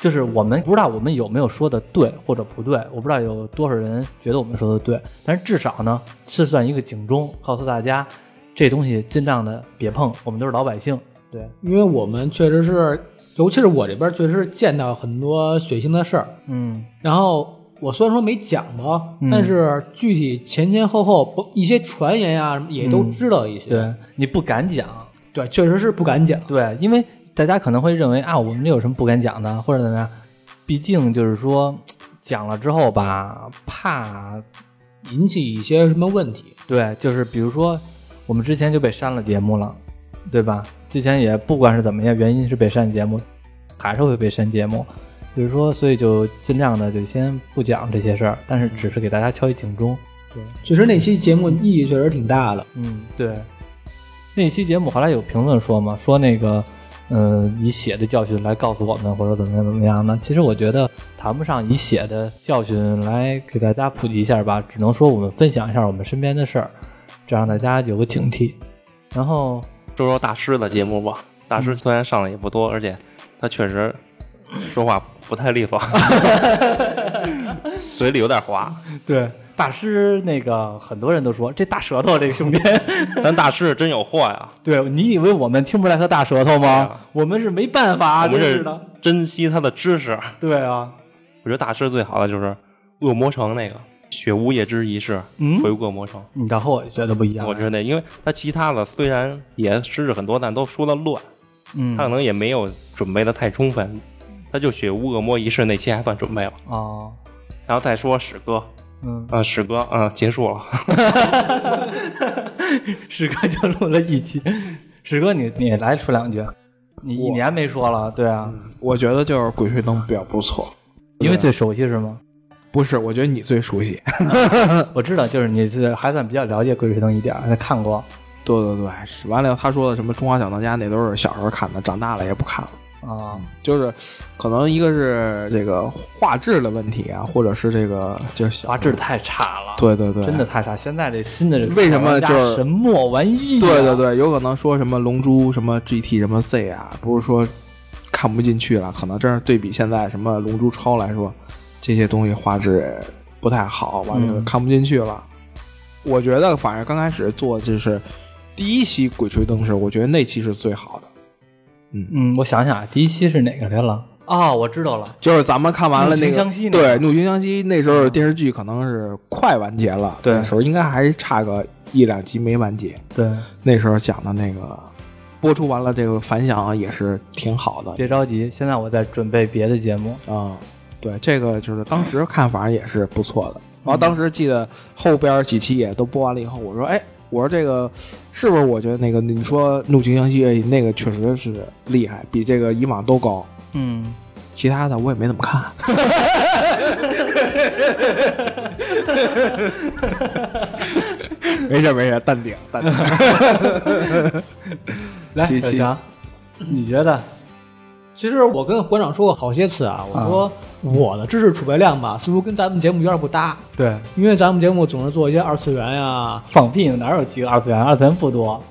A: 就是我们不知道我们有没有说的对或者不对，我不知道有多少人觉得我们说的对，但是至少呢是算一个警钟，告诉大家这东西尽量的别碰，我们都是老百姓。对，
B: 因为我们确实是，尤其是我这边确实是见到很多血腥的事儿。
A: 嗯，
B: 然后我虽然说没讲吧，
A: 嗯
B: 但是具体前前后后不一些传言呀、也都知道一些。
A: 嗯对，你不敢讲，
B: 对确实是不敢讲。
A: 对，因为大家可能会认为啊，我们这有什么不敢讲的，或者怎么样？毕竟就是说讲了之后吧，怕
B: 引起一些什么问题？
A: 对，就是比如说，我们之前就被删了节目了，对吧？之前也不管是怎么样，原因是被删节目，还是会被删节目。就是说，所以就尽量的就先不讲这些事儿，但是只是给大家敲一警钟。
B: 其实那期节目意义确实挺大的。
A: 嗯，对。那期节目后来有评论说嘛，说那个，呃，以血的教训来告诉我们，或者怎么样怎么样呢？其实我觉得谈不上以血的教训来给大家普及一下吧，只能说我们分享一下我们身边的事儿，这样大家有个警惕。然后，嗯
C: 说说大师的节目吧，大师虽然上的也不多，而且他确实说话不
A: [laughs]
C: 太利索，嘴里有点滑。
A: 对，大师那个很多人都说这大舌头这个兄弟， [laughs]
C: 但大师真有货呀，
A: 对你以为我们听不出来他大舌头吗？
C: 啊
A: 我们是没办法，啊
C: 我们
A: 真是
C: 是
A: 的。
C: 珍惜他的知识。
A: 对啊，
C: 我觉得大师最好的就是恶魔城那个雪无夜之仪式，
A: 嗯
C: 回恶魔城。
A: 你然后我觉得不一样
C: 我，觉得，因为他其他的虽然也知识很多，但都说的乱，
A: 嗯
C: 他可能也没有准备的太充分。他就雪无恶魔仪式那期还算准备了，
A: 哦，
C: 然后再说史哥，
A: 嗯，
C: 啊，史哥，啊，结束了。
A: [laughs] 史哥就录了一期，史哥你你来说两句，啊你一年没说了，对啊，
D: 我觉得就是《鬼吹灯》比较不错，
A: 因
D: 啊
A: 为最熟悉是
D: [laughs]
A: 吗？
D: 不是？我觉得你最熟悉。 [laughs]
A: 我知道，就是你是还算比较了解《鬼吹灯》一点儿，还看过啊
D: 对对对，是完了他说的什么《中华小当家》那都是小时候看的，长大了也不看了。
A: 啊，
D: 嗯就是可能一个是这个画质的问题啊，或者是这个就是小
A: 画质太差了，
D: 对对对，
A: 真的太差。现在这新的这个
D: 为什么
A: 玩家
D: 就是
A: 神墨玩啊意、
D: 对对，对，有可能说什么龙珠、什么 GT、什么 Z 啊，不是说看不进去了，可能真是对比现在什么龙珠超来说，这些东西画质不太好，完了
A: 嗯
D: 看不进去了。我觉得反正刚开始做就是第一期《鬼吹灯》时，我觉得那期是最好的，
A: 嗯，我想想啊，第一期是哪个来了？哦，我知道了，
D: 就是咱们看完
A: 怒
D: 了那
A: 晴
D: 个
A: 湘西那
D: 对
A: 个嗯
D: 《怒晴湘西》那时候电视剧可能是快完结了，
A: 对
D: 那时候应该还差个一两集没完结。
A: 对，
D: 那时候讲的那个播出完了，这个反响也是挺好的
A: 别着急，现在我在准备别的节目。
D: 啊、对，这个就是当时看法也是不错
A: 嗯
D: 的。然后当时记得后边几期也都播完了以后，我说：“哎，我说这个是不是？我觉得那个你说《怒晴湘西》哎那个确实是厉害，比这个以往都高。
A: 嗯，
D: 其他的我也没怎么看。没事没事，淡定淡定。
A: 来，
D: 七
A: 小
D: 七
A: 强，你觉得？
B: 其实我跟馆长说过好些次啊，我说我的知识储备量吧，似乎跟咱们节目有点不搭，
A: 对，
B: 因为咱们节目总是做一些二次元呀、
A: 放屁，哪有几个二次元？二次元不多，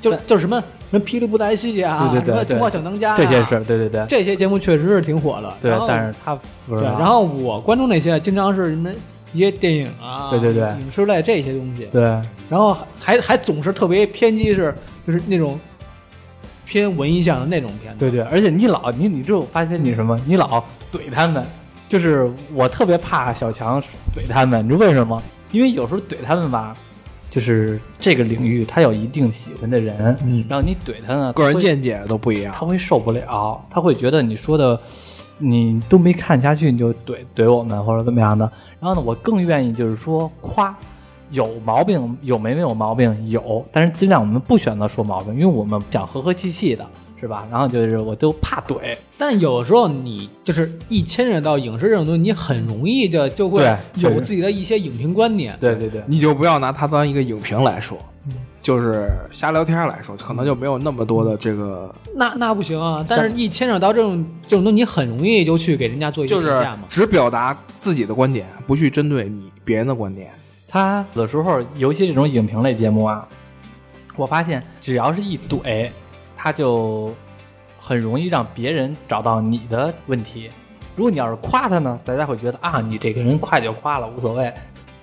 B: 就就是什么什么霹雳布袋戏呀、
A: 对对对
B: 什么
A: 对
B: 童话小当家、呀，
A: 这些事儿，对对对，
B: 这些节目确实是挺火的。
A: 对
B: 啊然，后
A: 但是嗯他不
B: 对，
A: 知道。
B: 然后我关注那些经常是什么一些电影啊，
A: 对对对
B: 影视类这些东西，
A: 对，
B: 然后还还总是特别偏激是，就是那种偏文艺向的那种片子。
A: 对对，而且你老你你就发现你什么，你老怼他们，就是我特别怕小强怼他们，你知道为什么吗？因为有时候怼他们吧，就是这个领域他有一定喜欢的人，
D: 嗯
A: 然后你怼他呢，
D: [laughs] 个人
A: 他会
D: 见解都不一样。
A: 他会受不了，他会觉得你说的你都没看下去，你就怼怼我们或者怎么样的。然后呢，我更愿意就是说夸。有毛病有没有毛病有，但是尽量我们不选择说毛病，因为我们想和和气气的，是吧？然后就是我都怕怼，
B: 但有时候你就是一牵扯到影视这种东西，你很容易就就会
A: 对确
B: 有
A: 实
B: 自己的一些影评观点。
A: 对对对，
D: 你就不要拿它当一个影评来说，就是瞎聊天来说，可能就没有那么多的这个，
B: 那那不行啊！但是一牵扯到这种这种东西，你很容易就去给人家做一个
D: 就
B: 评
D: 是
B: 价嘛。
D: 只表达自己的观点，不去针对你别人的观点。
A: 他有时候，尤其这种影评类节目啊，我发现只要是一怼，他就很容易让别人找到你的问题。如果你要是夸他呢，大家会觉得啊，你这个人夸就夸了，无所谓。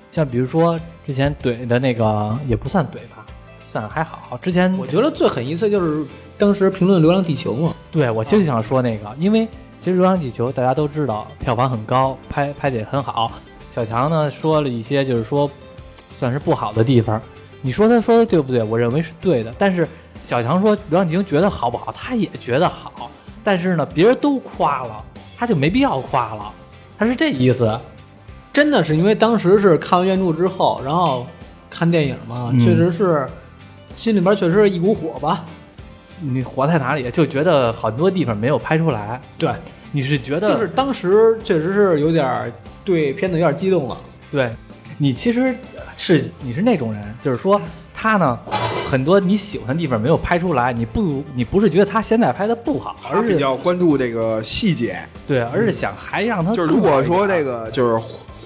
A: 像比如说之前怼的那个，也不算怼吧，算还好。之前
B: 我觉得最狠一次就是当时评论《流浪地球》嘛，
A: 对我就是想说那个，因为其实《流浪地球》大家都知道票房很高，拍拍的也很好。小强呢说了一些就是说算是不好的地方，你说他说的对不对？我认为是对的。但是小强说《流浪地球》觉得好不好，他也觉得好，但是呢，别人都夸了，他就没必要夸了，他是这意思。
B: 真的是因为当时是看完原著之后，然后看电影嘛，
A: 嗯
B: 确实是心里边确实是一股火吧。
A: 你活在哪里，就觉得很多地方没有拍出来，
B: 对，
A: 你是觉得
B: 就是当时确实是有点儿对片子有点激动了。
A: 对，你其实是你是那种人，就是说他呢，很多你喜欢的地方没有拍出来，你不你不是觉得他现在拍的不好，而是
D: 较关注这个细节，
A: 对，而是想还让他
D: 就是如果说
A: 啊
D: 这个就是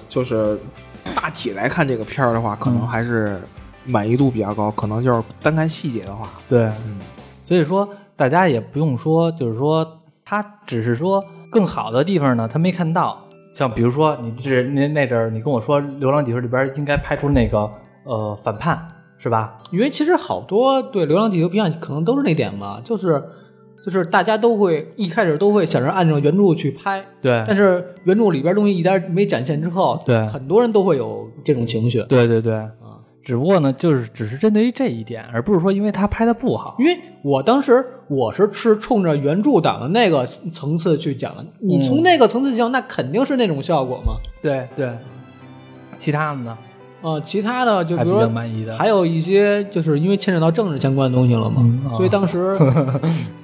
D: 就是大体来看这个片儿的话，可
A: 嗯
D: 能还是满意度比较高，可能就是单看细节的话，
A: 对，所以说大家也不用说，就是说他只是说更好的地方呢，他没看到。像比如说，你这那那阵儿，你跟我说《流浪地球》里边应该拍出那个呃反叛，是吧？
B: 因为其实好多对《流浪地球》评价可能都是那点嘛，就是就是大家都会一开始都会想着按照原著去拍，
A: 对
B: 但是原著里边东西一点没展现之后，
A: 哎对
B: 很多人都会有这种情绪。
A: 对对对，只不过呢，就是只是针对于这一点，而不是说因为他拍的不好。
B: 因为我当时我是是冲着原著党的那个层次去讲的，你从那个层次讲，那肯定是那种效果嘛。
A: 对对，其他的呢，
B: 啊，其他的就比
A: 还比
B: 如
A: 较
B: 说
A: 满意的，
B: 还有一些就是因为牵扯到政治相关的东西了嘛，
A: 嗯啊
B: 所以
A: [laughs]
B: 当时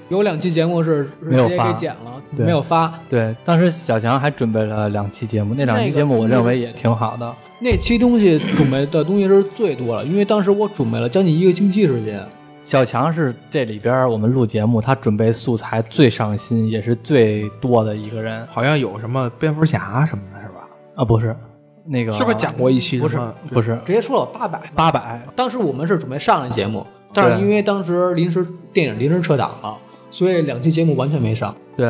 B: 有两期节目是是
A: 没有
B: 直接
A: 发
B: 给剪了，
A: 对
B: 没有发。
A: 对，当时小强还准备了两期节目，那两期
B: 那个
A: 节目我认为也挺好的。
B: 那期东西准备的东西是最多了，因为当时我准备了将近一个星期时间。
A: 小强是这里边我们录节目，他准备素材最上心，也是最多的一个人
D: 好像有什么蝙蝠侠什么的，是吧？
A: 啊，不是那个
D: 是不是讲过一期？
A: 不是不是
B: 直接说了八百，
A: 八百
B: 当时我们是准备上了节目，但
A: 对
B: 是因为当时临时电影临时撤档了，所以两期节目完全没上，
A: 对，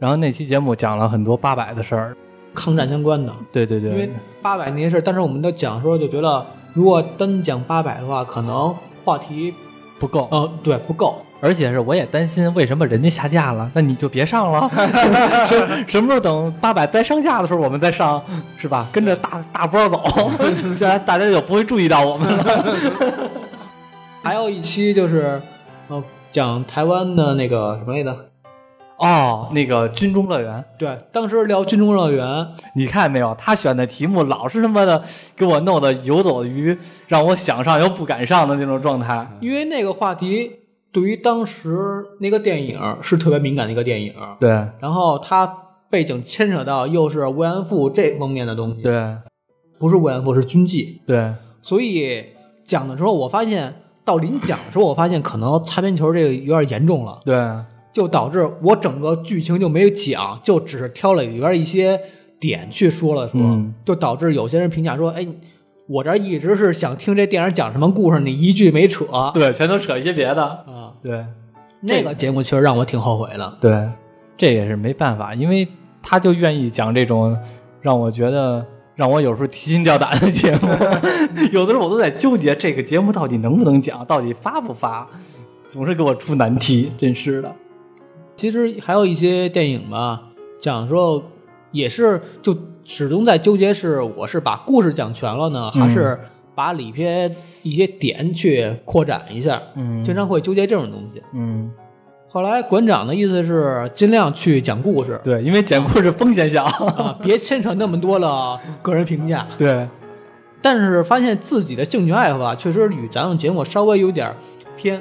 A: 然后那期节目讲了很多八百的事儿，
B: 抗战相关的。
A: 对对
B: 因为
A: 对，
B: 八百那些事儿，当时我们都讲的时候就觉得，如果单讲八百的话，可能话题
A: 不够，
B: 呃对不够。
A: 而且是我也担心为什么人家下架 [laughs] 了，那你就别上了，什什么时候等八百再上架的时候我们再上，是吧？跟着大大波走， [laughs] 这样大家就不会注意到我们了。 [laughs]
B: 还有一期就是呃讲台湾的那个什么来着？
A: 哦，那个军中乐园。
B: 对，当时聊军中乐园，
A: 你看没有，他选的题目老是他妈的给我弄得游走于让我想上又不敢上的那种状态。
B: 因为那个话题对于当时那个电影是特别敏感的一个电影，
A: 对
B: 然后它背景牵扯到又是慰安妇这方面的东西，，
A: 对
B: 不是慰安妇是军纪，
A: 对，
B: 所以讲的时候我发现到临讲的时候，我发现可能擦边球这个有点严重了，
A: 对
B: 就导致我整个剧情就没有讲，就只是挑了里边一些点去说了说，
A: 嗯
B: 就导致有些人评价说，哎。我这一直是想听这电影讲什么故事，你一句没扯啊、
A: 对，全都扯一些别的。对
B: 那个节目确实让我挺后悔的。
A: 对，这也是没办法，因为他就愿意讲这种让我觉得让我有时候提心吊胆的节 [laughs] 目，有的时候我都在纠结这个节目到底能不能讲，到底发不发，总是给我出难题，真是的。
B: 其实还有一些电影吧，讲说也是就始终在纠结是我是把故事讲全了呢，还是把里边一些点去扩展一下，
A: 嗯
B: 经常会纠结这种东西。
A: 嗯，
B: 后来馆长的意思是尽量去讲故事
A: 对，因为讲故事风险小。
B: 啊，别牵扯那么多的个人评价。
A: 对
B: 但是发现自己的兴趣爱好啊，确实与咱们节目稍微有点偏。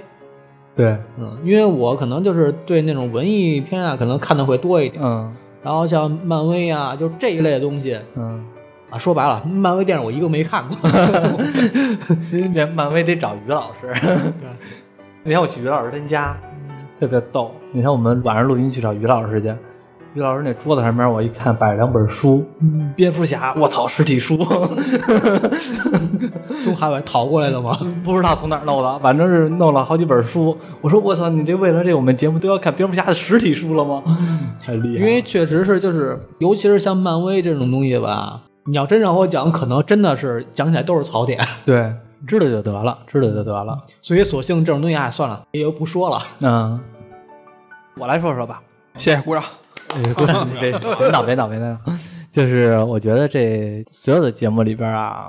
A: 对，
B: 嗯，因为我可能就是对那种文艺片啊，可能看的会多一点。
A: 嗯
B: 然后像漫威啊，就这一类的东西
A: [laughs] 嗯，
B: 啊，说白了，漫威电影我一个没看过。
A: 漫漫威得找于老师。那天我去于老师他家，特别逗。那天我们晚上录音去找于老师去，于老师那桌子上面我一看摆着两本书，蝙蝠侠，我操，实体 [laughs] 书，
B: 从海外逃过来的
A: [laughs]
B: 吗？
A: 不知道从哪儿弄的，反正是弄了好几本书。我说我操，你这为了这我们节目都要看蝙蝠侠的实体书了吗？太厉害了，
B: 因为确实是就是，尤其是像漫威这种东西吧，你要真让我讲，可能真的是讲起来都是槽点。 [laughs]
A: 对知道就得了，知道就得了。
B: 所以索性这种东西啊，算了，也就不说了。
A: 嗯，我来说说吧。
D: 谢谢鼓掌。
A: 哎姑娘，你别别闹，别闹，别闹。就是我觉得这所有的节目里边啊，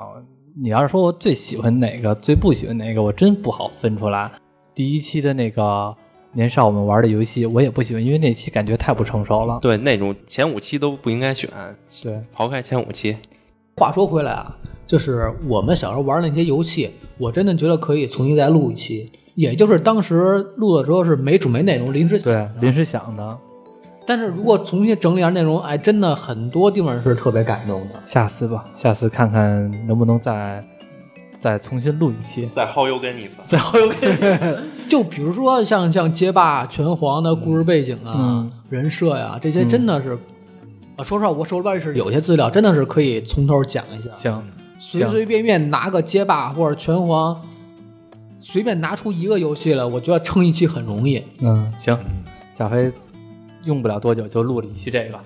A: 你要是说我最喜欢哪个，最不喜欢哪个，我真不好分出来。第一期的那个年少我们玩的游戏，我也不喜欢，因为那期感觉太不成熟了。
C: 对，那种前五期都不应该选，
A: 对，
C: 刨开前五期，
B: 话说回来啊，就是我们小时候玩那些游戏，我真的觉得可以重新再录一期。也就是当时录的时候是没准备内容，临时想
A: 对
B: 的，
A: 临时想的，
B: 但是如果重新整理一下内容，哎，真的很多地方是特别感动的。
A: 下次吧，下次看看能不能再再重新录一期。
C: 再薅油根一次。
A: 再后又给你
B: 就比如说像像街霸、拳皇的故事背景啊、
A: 嗯
B: 人设呀、这些，真的是，啊，说实话，我手里边是有些资料，真的是可以从头讲一下。
A: [laughs] 行，
B: 随随便便拿个街霸或者拳皇，随便拿出一个游戏来，我觉得撑一期很容易。
A: 嗯，行，下回用不了多久就录了一期这个，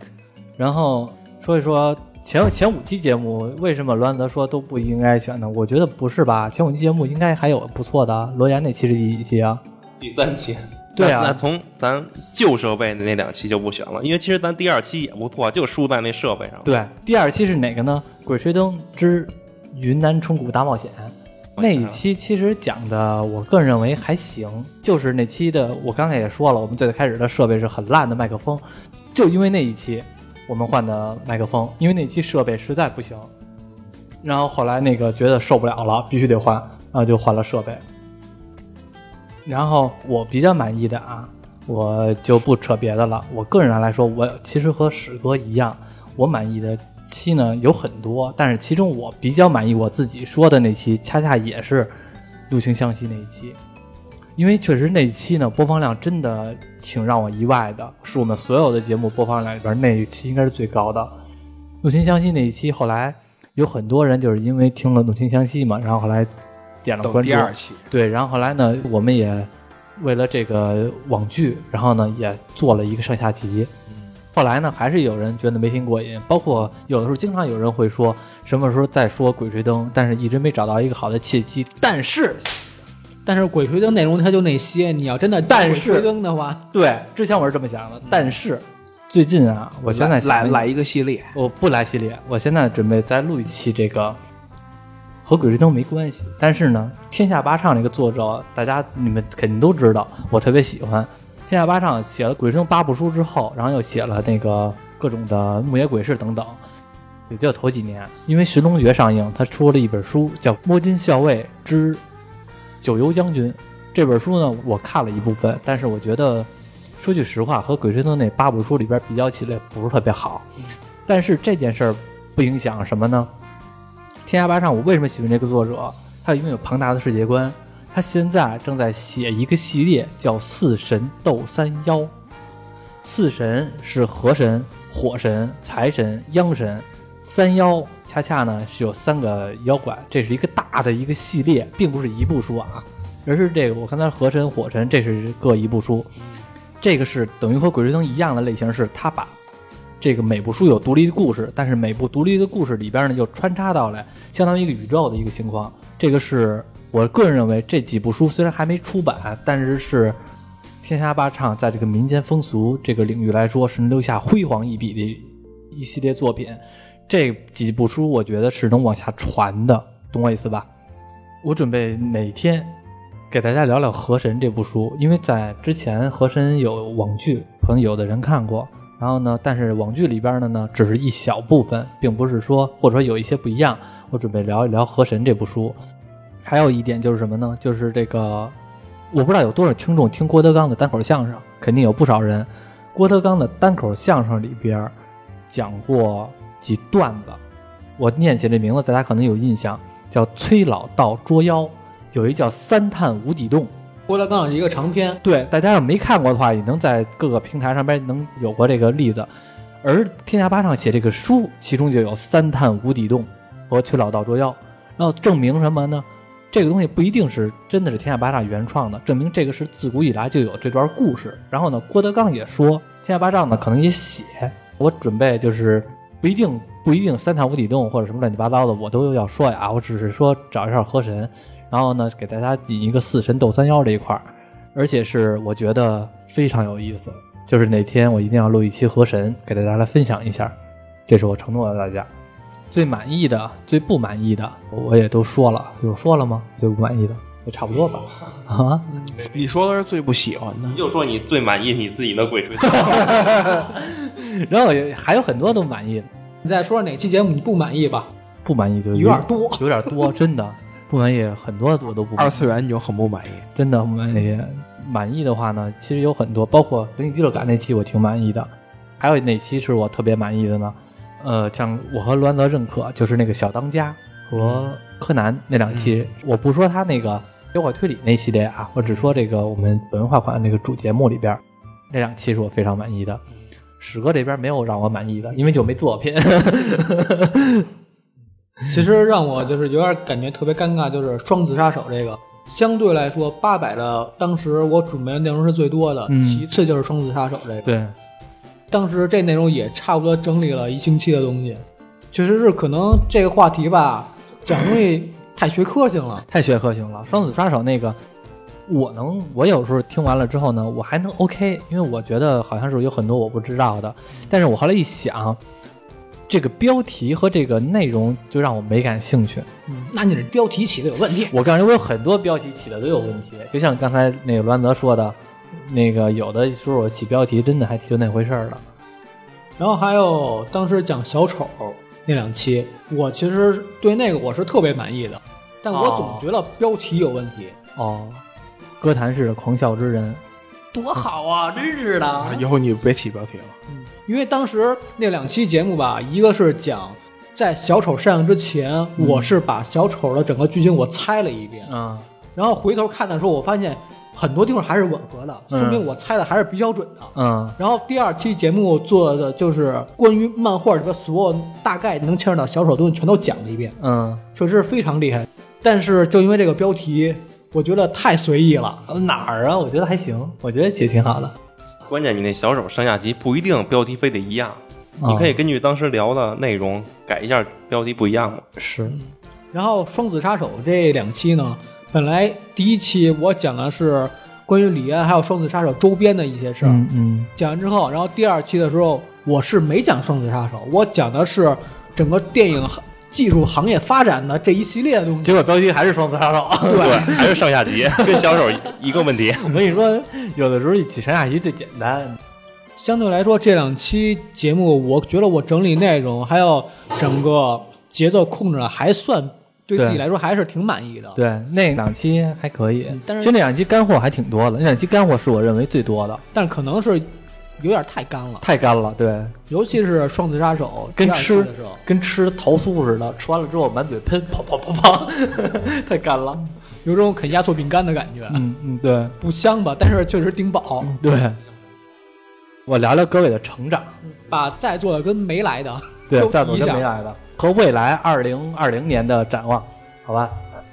A: 然后说一说前前五期节目为什么罗安泽说都不应该选呢？我觉得不是吧，前五期节目应该还有不错的啊，罗岩那期是第几期啊？
C: 第三期。
A: 对啊
C: 那那从咱旧设备的那两期就不选了，因为其实咱第二期也不错，就输在那设备上。，
A: 对，第二期是哪个呢？《鬼吹灯之云南冲谷大冒险》那一期其实讲的，我个人认为还行，就是那期的我刚才也说了，我们最开始的设备是很烂的麦克风，就因为那一期我们换的麦克风，因为那期设备实在不行，然后后来那个觉得受不了了，必须得换，然后就换了设备。然后我比较满意的啊，我就不扯别的了。我个人来说，我其实和史哥一样，我满意的期呢有很多，但是其中我比较满意我自己说的那期，恰恰也是陆行湘西那一期，因为确实那一期呢播放量真的挺让我意外的，是我们所有的节目播放量里边那一期应该是最高的。陆行湘西那一期后来有很多人就是因为听了陆行湘西嘛，然后后来点了
D: 等
A: 关注，
D: 第二期，
A: 对，然后后来呢，我们也为了这个网剧，然后呢也做了一个上下集。后来呢，还是有人觉得没听过瘾，包括有的时候经常有人会说什么时候再说《鬼吹灯》，但是一直没找到一个好的契机。但是，
B: 但是《鬼吹灯》内容它就那些，你要真的
A: 但
B: 鬼
A: 是
B: 吹灯》的话，
A: 对，之前我是这么想的，但是最近啊，我现在
D: 来
A: 想了一
D: 来一个系列，
A: 我哦不来系列，我现在准备再录一期这个和《鬼吹灯》没关系，但是呢，《天下八唱》这个作者，大家你们肯定都知道，我特别喜欢。《天下八唱》写了《鬼吹灯》八部书之后，然后又写了那个各种的牧野鬼事等等。也就头几年，因为《寻龙诀》上映，他出了一本书叫《摸金校尉之九幽将军》。这本书呢，我看了一部分，但是我觉得，说句实话，和《鬼吹灯》那八部书里边比较起来，不是特别好。但是这件事儿不影响什么呢？《天下八唱》，我为什么喜欢这个作者？他拥有庞大的世界观。他现在正在写一个系列，叫《四神斗三妖》。四神是河神、火神、财神、央神，三妖恰恰呢是有三个妖怪，这是一个大的一个系列，并不是一部书啊，而是这个我刚才河神、火神，这是各一部书。这个是等于和《鬼吹灯》一样的类型，是他把这个每部书有独立的故事，但是每部独立的故事里边呢又穿插到了相当于一个宇宙的一个情况。这个是我个人认为这几部书虽然还没出版，但是是天下八唱在这个民间风俗这个领域来说是留下辉煌一笔的一系列作品。这几部书我觉得是能往下传的，懂我意思吧？我准备哪天给大家聊聊《河神》这部书，因为在之前《河神》有网剧，可能有的人看过。然后呢，但是网剧里边的呢，只是一小部分，并不是说或者说有一些不一样。我准备聊一聊《河神》这部书。还有一点就是什么呢？就是这个，我不知道有多少听众听郭德纲的单口相声，肯定有不少人。郭德纲的单口相声里边讲过几段子，我念起这名字，大家可能有印象，叫“崔老道捉妖”，有一叫“三探无底洞”。
B: 郭德纲有一个长篇，
A: 对，大家要没看过的话，也能在各个平台上边能有过这个例子。而《天下八唱》写这个书，其中就有“三探无底洞”和“崔老道捉妖”，然后证明什么呢？这个东西不一定是真的是《天下八唱》原创的，证明这个是自古以来就有这段故事。然后呢，郭德纲也说，《天下八唱》呢可能也写。我准备就是不一定不一定三探无底洞或者什么乱七八糟的，我都要说呀。我只是说找一下河神，然后呢给大家引一个四神斗三妖这一块儿。而且是我觉得非常有意思。就是哪天我一定要录一期《河神》，给大家来分享一下，这是我承诺的大家。最满意的、最不满意的，我也都说了，有说了吗？最不满意的也差不多吧。 [laughs] 啊，
D: 你说的是最不喜欢的
C: 你，就说你最满意你自己的《鬼吹灯》 [laughs]
A: 然后也还有很多都满意的，
B: 你再说说哪期节目你不满意吧，
A: 不满意就
B: 有点多。
A: 有点多，真的不满意很多我都不满意
D: 二次元你就很不满意。
A: 真的满意满意的话呢，其实有很多，包括《灵异第六感》那期我挺满意的，还有哪期是我特别满意的呢？呃，像我和罗安德认可，就是那个小当家和柯南那两期，我不说他那个妖怪推理那系列啊，我只说这个我们本文化款那个主节目里边那两期是我非常满意的。史哥这边没有让我满意的，因为就没作品。 [laughs]
B: 其实让我就是有点感觉特别尴尬，就是《双子杀手》这个相对来说，八百的当时我准备的内容是最多的，
A: 嗯
B: 其次就是《双子杀手》这个。
A: 对，
B: 当时这内容也差不多整理了一星期的东西，确实是可能这个话题吧，讲东西太学科性了。
A: 太学科型了。双子杀手那个，我能，我有时候听完了之后呢，我还能 OK，因为我觉得好像是有很多我不知道的。但是我后来一想，这个标题和这个内容就让我没感兴趣。
B: 嗯，那你这标题起的有问题。
A: 我告诉你，我有很多标题起的都有问题，就像刚才那个罗安泽说的，那个有的时候我起标题真的还就那回事儿了。
B: 然后还有当时讲小丑那两期，我其实对那个我是特别满意的，但我
A: 哦
B: 总觉得标题有问题。
A: 哦，歌坛式的狂笑之人，多好啊，真是
D: 啊
A: 的
D: 以后你别起标题了。
B: 因为当时那两期节目吧，一个是讲在小丑上映之前，我是把小丑的整个剧情我猜了一遍，
A: 嗯，
B: 然后回头看的时候，我发现很多地方还是吻合的，
A: 嗯
B: 说明我猜的还是比较准的。
A: 嗯，
B: 然后第二期节目做的就是关于漫画里边所有大概能牵扯到小丑的东西全都讲了一遍，
A: 嗯，
B: 确实是非常厉害。但是就因为这个标题，我觉得太随意了。
A: 哪儿啊？我觉得还行，我觉得写挺好的。
C: 关键你那小手上下集不一定标题非得一样，
A: 啊
C: 你可以根据当时聊的内容改一下标题不一样嘛。
A: 是，
B: 然后《双子杀手》这两期呢，本来第一期我讲的是关于李安还有《双子杀手》周边的一些事儿，
A: 嗯嗯
B: 讲完之后，然后第二期的时候我是没讲《双子杀手》，我讲的是整个电影行技术行业发展的这一系列的东西。
A: 结果标题还是双子杀手。
C: 对，还是上下集，跟小手一个问题。
A: [laughs] 我跟你说，有的时候一起上下集最简单。
B: 相对来说，这两期节目，我觉得我整理内容还有整个节奏控制的还算对自己
A: 对
B: 来说还是挺满意的。
A: [laughs] 对，那两期还可以
B: 嗯，但是
A: 其实那两期干货还挺多的。那两期干货是我认为最多的，
B: 但可能是有点太干了，
A: 太干了。对，
B: 尤其是《双子杀手》
A: 跟
B: 第二期
A: 吃
B: 的时候。
A: 跟吃桃酥似的，吃完了之后满嘴喷，砰砰砰砰， [laughs] 太干了。
B: 有种啃压缩饼干的感觉，
A: 嗯嗯，对 [laughs]
B: 不香吧，但是确实顶饱。
A: 对。我聊聊各位的成长，
B: 把在座的跟没来的
A: 对
B: 都，
A: 在
B: 提
A: 座
B: 一
A: 跟
B: 下
A: 没来的和未来二零二零年的展望，好吧？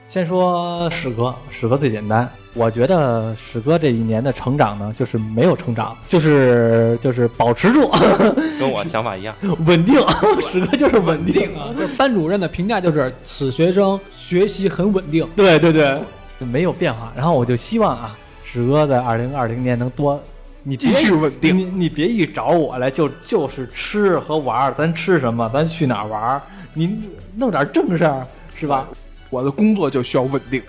A: 先说史哥，史哥最简单。我觉得史哥这一年的成长呢，就是没有成长，就是就是保持住， [laughs]
C: 跟我想法一样，
A: 稳定。 [laughs] 史哥就是稳定啊，
B: 班主任的评价就是此学生学习很稳定。
A: 对对对，没有变化。然后我就希望啊，史哥在二零二零年能多，你别
D: 继续稳定
A: 你你别一找我来就就是吃和玩儿，咱吃什么，咱去哪儿玩儿，你弄点正事儿是吧？
D: 我的工作就需要稳
A: [laughs]
D: 定，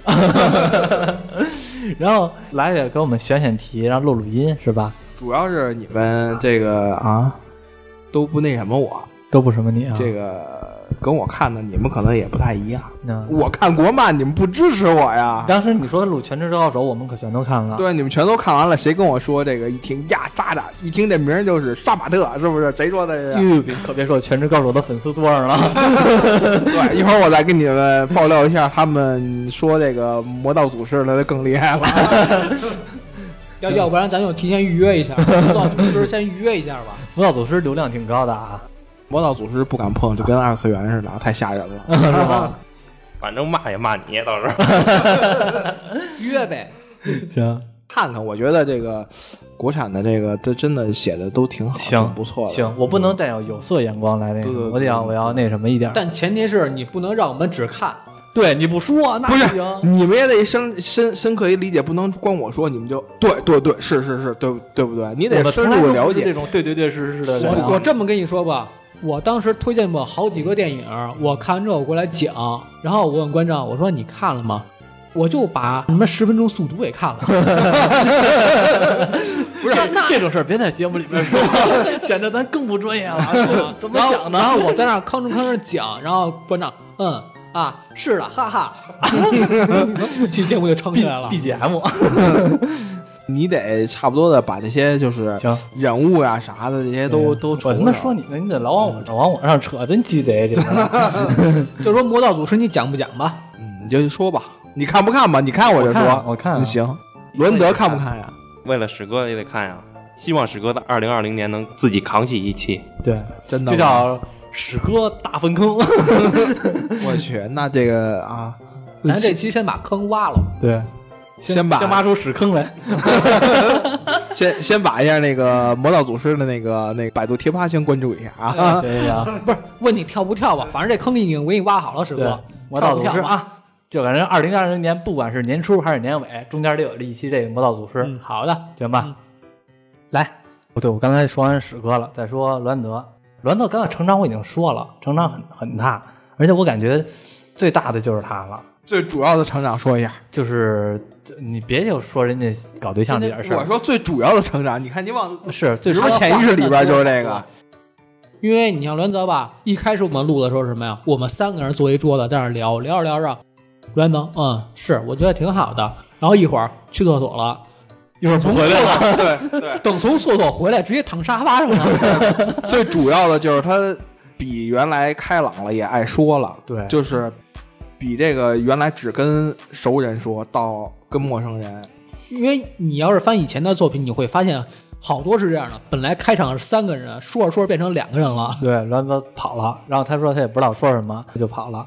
A: 然后来也给我们选选题，然后录录音是吧？
D: 主要是你们这个啊，都不那什么我，
A: 都不什么你啊，
D: 这个跟我看的你们可能也不太一样。
A: 那
D: 我看国漫，你们不支持我呀？
A: 当时你说录《全职高手》，我们可全都看了。
D: 对，你们全都看完了，谁跟我说这个？一听呀，渣渣，一听这名儿就是杀马特，是不是？谁说的这是？
A: 哟，可别说《全职高手》的粉丝多着 [laughs] 呢。
D: 对，一会儿我再跟你们爆料一下，他们说这个魔道祖师来的更厉害了。
B: 要要不然咱就提前预约
A: [laughs]
B: 一下，不到什么时候先预约一下吧。
A: 魔道祖师流量挺高的啊，
D: [laughs] 魔道祖师不敢碰，就跟二次元似的，太吓人了。
A: 是吧？
C: 反正骂也骂你，到时候
B: 约呗，
A: 行，
D: 看看，我觉得这个国产的这个，这真的写的都挺好，
A: 行
D: 挺不错的。
A: 行，我不能带有有色眼光来那
D: 对对
A: 个，
D: 对
A: 我得要我要那什么一点儿。
B: 但前提是你不能让我们只看。
A: 对你不说，那
D: 不是
A: 行。
D: 你们也得深深深刻一理解，不能光我说，你们就对对对，是是是，对对不对？你
A: 我
D: 得
A: 们
D: 深
A: 从来
D: 入
A: 都
D: 了
A: 不是这
D: 解。
A: 种对对对是是的
D: 对
A: 人啊。
B: 我我这么跟你说吧，我当时推荐过好几个电影，我看完之后我过来讲，然后我问观众，我说你看了吗？我就把你们十分钟速读给看了。
A: [laughs] 不是这种事儿，别在节目里面说，显得咱更不专业了。是吧怎么
B: 然后
A: 想的？
B: 然后我在那儿吭哧吭哧讲，然后班长，嗯啊，是的，
A: [laughs]
B: 哈哈，期节目就撑起
A: B
B: 来了。
A: BGM
D: 你得差不多的把这些就是
A: 行。
D: 人物呀、啥的这些都都
A: 我他妈说你呢，你怎么老往我这往我上扯，真鸡贼！这 [laughs] 个
B: 就说魔道祖师，你讲不讲吧？
D: 嗯你就说吧，你看不看吧？你看我就
A: 我看
D: 说
A: 啊，我看啊
D: 嗯行。罗恩德看不看呀？
C: 为了史哥也得看呀。希望史哥在二零二零年能自己扛起一期。
A: 对，
D: 真的
A: 就
D: 吗，
A: 叫史哥大粪坑。
D: [laughs] 我去，那这个啊，
A: 嗯 [laughs]
B: 咱这期先把坑挖了，
A: 对，
D: 先把
A: 先挖出屎坑来。
D: 先先把一下那个魔道祖师的那个那个百度贴吧先关注一下啊。
A: 哎 [laughs] 行行，
B: 不是问你跳不跳吧？反正这坑已经我给你挖好了，师
A: 嗯
B: 傅
A: 对。魔道祖
B: 跳不
A: 师
B: 跳
A: 啊，就反正二零二零年，不管是年初还是年尾，中间都有了一期这个魔道祖师，
B: 嗯，好的，
A: 行吧？
B: 嗯
A: 来，不对，我刚才说完史哥了，再说罗兰德。罗兰德刚才成长我已经说了，成长很很大，而且我感觉最大的就是他了。
D: [laughs] 最主要的成长说一下，
A: 就是你别就说人家搞对象这点事
D: 我
A: 儿，
D: 说最主要的成长，你看你往
A: 是最
D: 你
A: 主
D: 是不
A: 要
D: 是潜意识里边就是这
B: 对
D: 个？
B: 因为你像栾泽吧，一开始我们录的时候是什么呀？我们三个人坐一桌子在那儿聊聊着聊着，栾泽，嗯，是，我觉得挺好的。然后一会儿去厕所了，
A: 一会儿不回来了。
D: 对对，
B: 等从厕所回来，直接躺沙发上了。
D: [laughs] 最主要的就是他比原来开朗了，也爱说了，
A: 对，
D: 就是比这个原来只跟熟人说到跟陌生 [laughs] 人，
B: 因为你要是翻以前的作品，你会发现好多是这样的。本来开场是三个人，说着说着变成两个人 [laughs] 了。
A: 对，栾泽跑了，然后他说他也不知道说什么，他就跑了。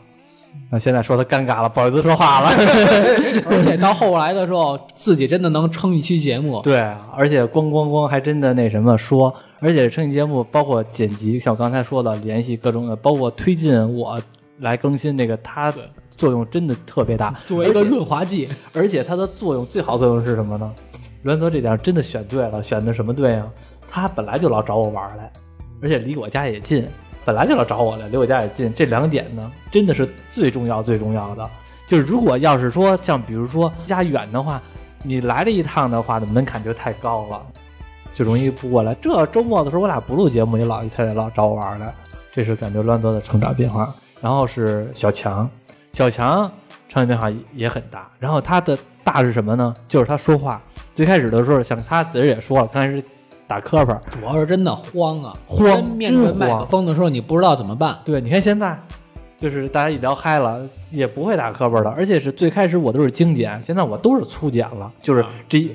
A: 那现在说他尴尬了，不好意思说话了。
B: 而且到后来的时候，自己真的能撑一期节目。
A: 对，而且咣咣咣还真的那什么说，而且声音节目包括剪辑，像我刚才说的，联系各种的，包括推进我来更新这个，它
B: 对
A: 作用真的特别大。
B: 作为一个润滑剂，
A: 而且它的作用最好作用是什么呢？栾泽这点真的选对了，选的什么对呀、他本来就老找我玩儿来，而且离我家也近，本来就老找我来，离我家也近，这两点呢，真的是最重要最重要的。就是如果要是说像比如说家远的话，你来了一趟的话，门槛就太高了，就容易不过来。这周末的时候，我俩不录节目，也老他也老找我玩儿来，这是感觉栾泽的成长变化。然后是小强，小强成长变化也很大。然后他的大是什么呢？就是他说话，最开始的时候，像他自己也说了，刚开始打磕巴，
B: 主要是真的慌啊，
A: 慌
B: 真面对
A: 真
B: 麦克
A: 慌
B: 风的时候，你不知道怎么办。
A: 对，你看现在，就是大家一聊嗨了，也不会打磕巴了，而且是最开始我都是精简，现在我都是粗剪了，就是
B: 啊
A: 这一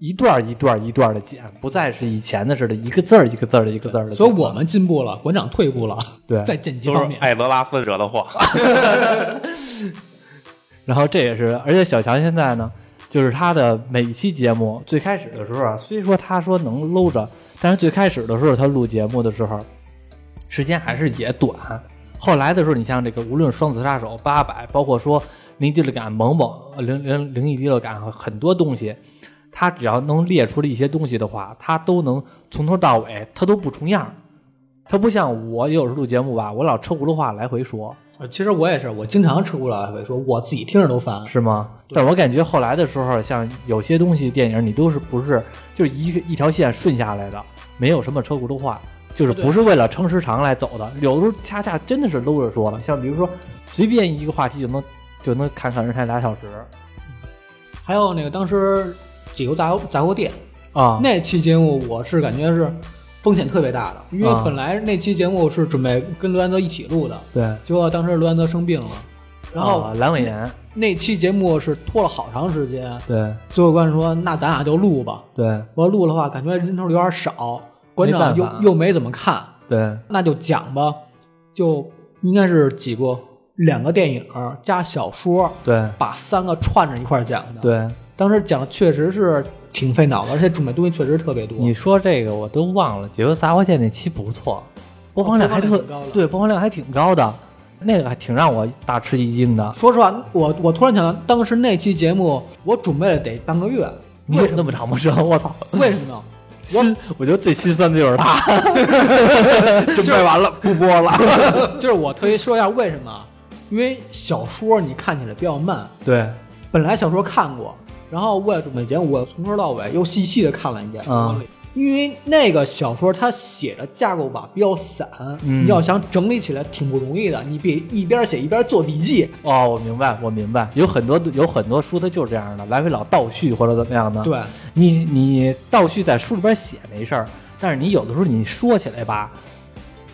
A: 一段儿一段儿一段的剪，不再是以前的似的，一个字儿一个字儿的一个字儿的。
B: 所以我们进步了，馆长退步了，
A: 对，
B: 在剪辑
C: 都
B: 方
C: 是
B: 面。
C: 艾泽拉斯惹的祸。
A: 然后这也是，而且小强现在呢，就是他的每一期节目最开始的时候啊，虽说他说能搂着，但是最开始的时候他录节目的时候，时间还是也短。后来的时候，你像这个，无论双子杀手、八百，包括说零第六感、萌萌、呃零零零一第六感，很多东西，他只要能列出了一些东西的话，他都能从头到尾，他都不重样儿。他不像我有时候录节目吧，我老车轱辘话来回说，
B: 呃其实我也是，我经常吃不了海说我自己听着都烦。
A: 是吗？但我感觉后来的时候，像有些东西电影，你都是不是就是一个一条线顺下来的，没有什么车轱辘话，就是不是为了撑时长来走的。有的时候恰恰真的是搂着说了，像比如说随便一个话题就能就能侃侃而谈俩小时
B: 还有那个当时解忧杂杂货店
A: 啊。
B: 那期节目，我是感觉是风险特别大的，因为
A: 啊
B: 本来那期节目是准备跟罗安泽一起录的，
A: 对，
B: 结果当时罗安泽生病了，然后
A: 啊阑尾炎，
B: 那期节目是拖了好长时间。
A: 对
B: 最后馆长说：“那咱俩就录吧。
A: 对”
B: 我说录的话，感觉人头有点少，馆长
A: 没
B: 又
A: 办法
B: 又没怎么看，
A: 对，
B: 那就讲吧，就应该是几部两个电影儿加小说，
A: 对
B: 把三个串着一块儿讲的。，
A: 对，
B: 当时讲的确实是挺费脑子，而且准备东西确实特别多。
A: 你说这个我都忘了，《解忧杂货店》那期不错，播放量还特
B: 哦播放量挺高的
A: 对，播放量还挺高的，那个还挺让我大吃一惊的。
B: 说实话，我我突然想到，当时那期节目我准备了得半个月，
A: 你有那么长不是？我操！
B: 为什
A: [laughs]
B: 么？
A: 心，我觉得最心酸的就是他。
D: 准备完了不播了。
B: 就是我特意说一下为什么，因为小说你看起来比较慢，
A: [laughs] 对，
B: 本来小说看过，然后为了准备节目，我从头到尾又细细的看了一遍。
A: 啊
B: 因为那个小说它写的架构吧比较散，
A: 嗯
B: 你要想整理起来挺不容易的，你别一边写一边做笔记。
A: 哦，我明白，我明白，有很多有很多书它就是这样的，来回老倒叙或者怎么样的。，
B: 对，
A: 你你倒叙在书里边写没事儿，但是你有的时候你说起来吧，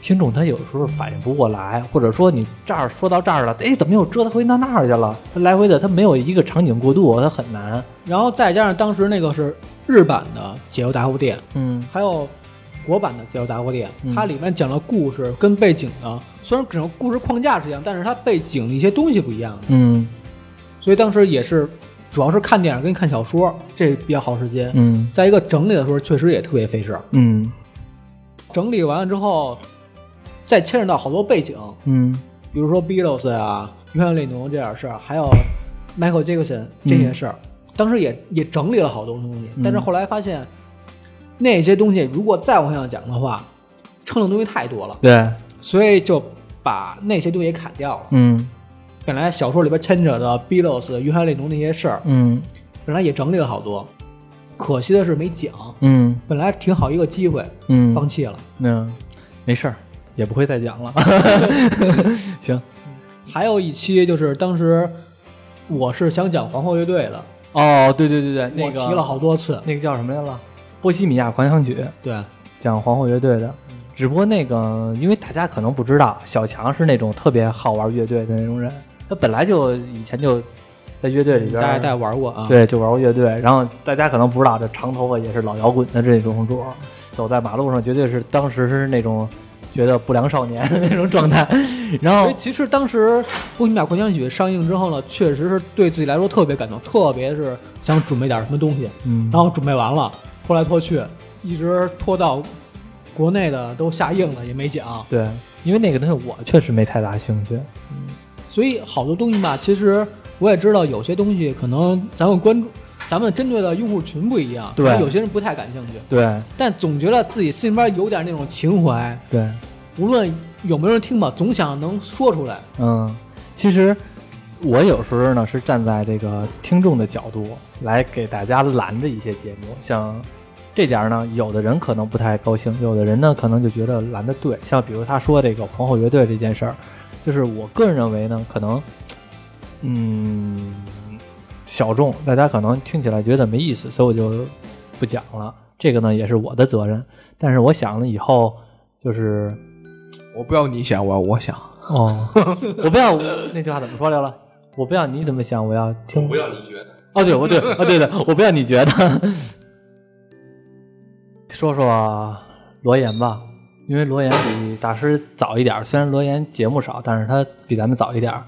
A: 听众他有的时候反应不过来，或者说你这儿说到这儿了，哎，怎么又折腾回到那儿去了？他来回的，他没有一个场景过渡，哦他很难。
B: 然后再加上当时那个是日版的《解忧杂货店》，
A: 嗯，
B: 还有国版的《解忧杂货店》
A: 嗯
B: 它里面讲了故事跟背景呢，虽然整个故事框架是一样，但是它背景的一些东西不一样的。
A: 嗯，
B: 所以当时也是主要是看电影跟看小说，这比较耗时间。
A: 嗯
B: 再一个整理的时候确实也特别费事儿，
A: 嗯
B: 整理完了之后，再牵扯到好多背景，
A: 嗯
B: 比如说 Beatles 啊、约翰列侬这点事儿，还有 Michael Jackson 这
A: 嗯
B: 些事儿，当时也也整理了好多东西，但是后来发现那些东西如果再往下讲的话，称的东西太多了，
A: 对
B: 所以就把那些东西也砍掉了。
A: 嗯
B: 本来小说里边牵扯的 Beatles、约翰列侬那些事儿，
A: 嗯
B: 本来也整理了好多，可惜的是没讲，
A: 嗯
B: 本来挺好一个机会，
A: 嗯
B: 放弃了。
A: 嗯，没事儿，也不会再讲
B: [laughs]
A: 了。 [laughs] 行
B: 还有一期就是当时我是想讲皇后乐队的，
A: 哦，对对对对，那
B: 我
A: 个
B: 提了好多次，
A: 那个叫什么来了，《波西米亚狂想曲》。
B: 对，
A: 讲皇后乐队的，
B: 嗯
A: 只不过那个，因为大家可能不知道，小强是那种特别好玩乐队的那种人，他本来就以前就在乐队里边
B: 大家
A: 儿，
B: 大家玩过啊，，
A: 对，就玩过乐队。然后大家可能不知道，这长头发也是老摇滚的这种主儿，走在马路上绝对是当时是那种觉得不良少年那种状态。然
B: 所
A: 后
B: 以其实当时《波西米亚狂想曲》上映之后呢，确实是对自己来说特别感动，特别是想准备点什么东西，
A: 嗯，
B: 然后准备完了，拖来拖去，一直拖到国内的都下映了也没讲，
A: 对，因为那个东西我确实没太大兴趣。
B: 所以好多东西吧，其实我也知道有些东西可能咱们关注。咱们针对的用户群不一样，
A: 对
B: 可能有些人不太感兴趣，
A: 对
B: 但总觉得自己心里边有点那种情怀，
A: 对，
B: 无论有没有人听吧，总想能说出来。
A: 嗯，其实我有时候呢是站在这个听众的角度来给大家拦着一些节目，像这点儿呢，有的人可能不太高兴，有的人呢可能就觉得拦的对。像比如他说这个皇后乐队这件事儿，就是我个人认为呢，可能，嗯，小众，大家可能听起来觉得没意思，所以我就不讲了。这个呢也是我的责任，但是我想呢以后就是
D: 我不要你想，我要我想。
A: 哦，我不要那句话怎么说来了？我不要你怎么想，我要听。
C: 不要你觉得，
A: 哦，对，我对，哦对
C: [laughs]
A: 对，我不要你觉得。说说罗岩吧，因为罗岩比大师早一点儿，虽然罗岩节目少，但是他比咱们早一点儿。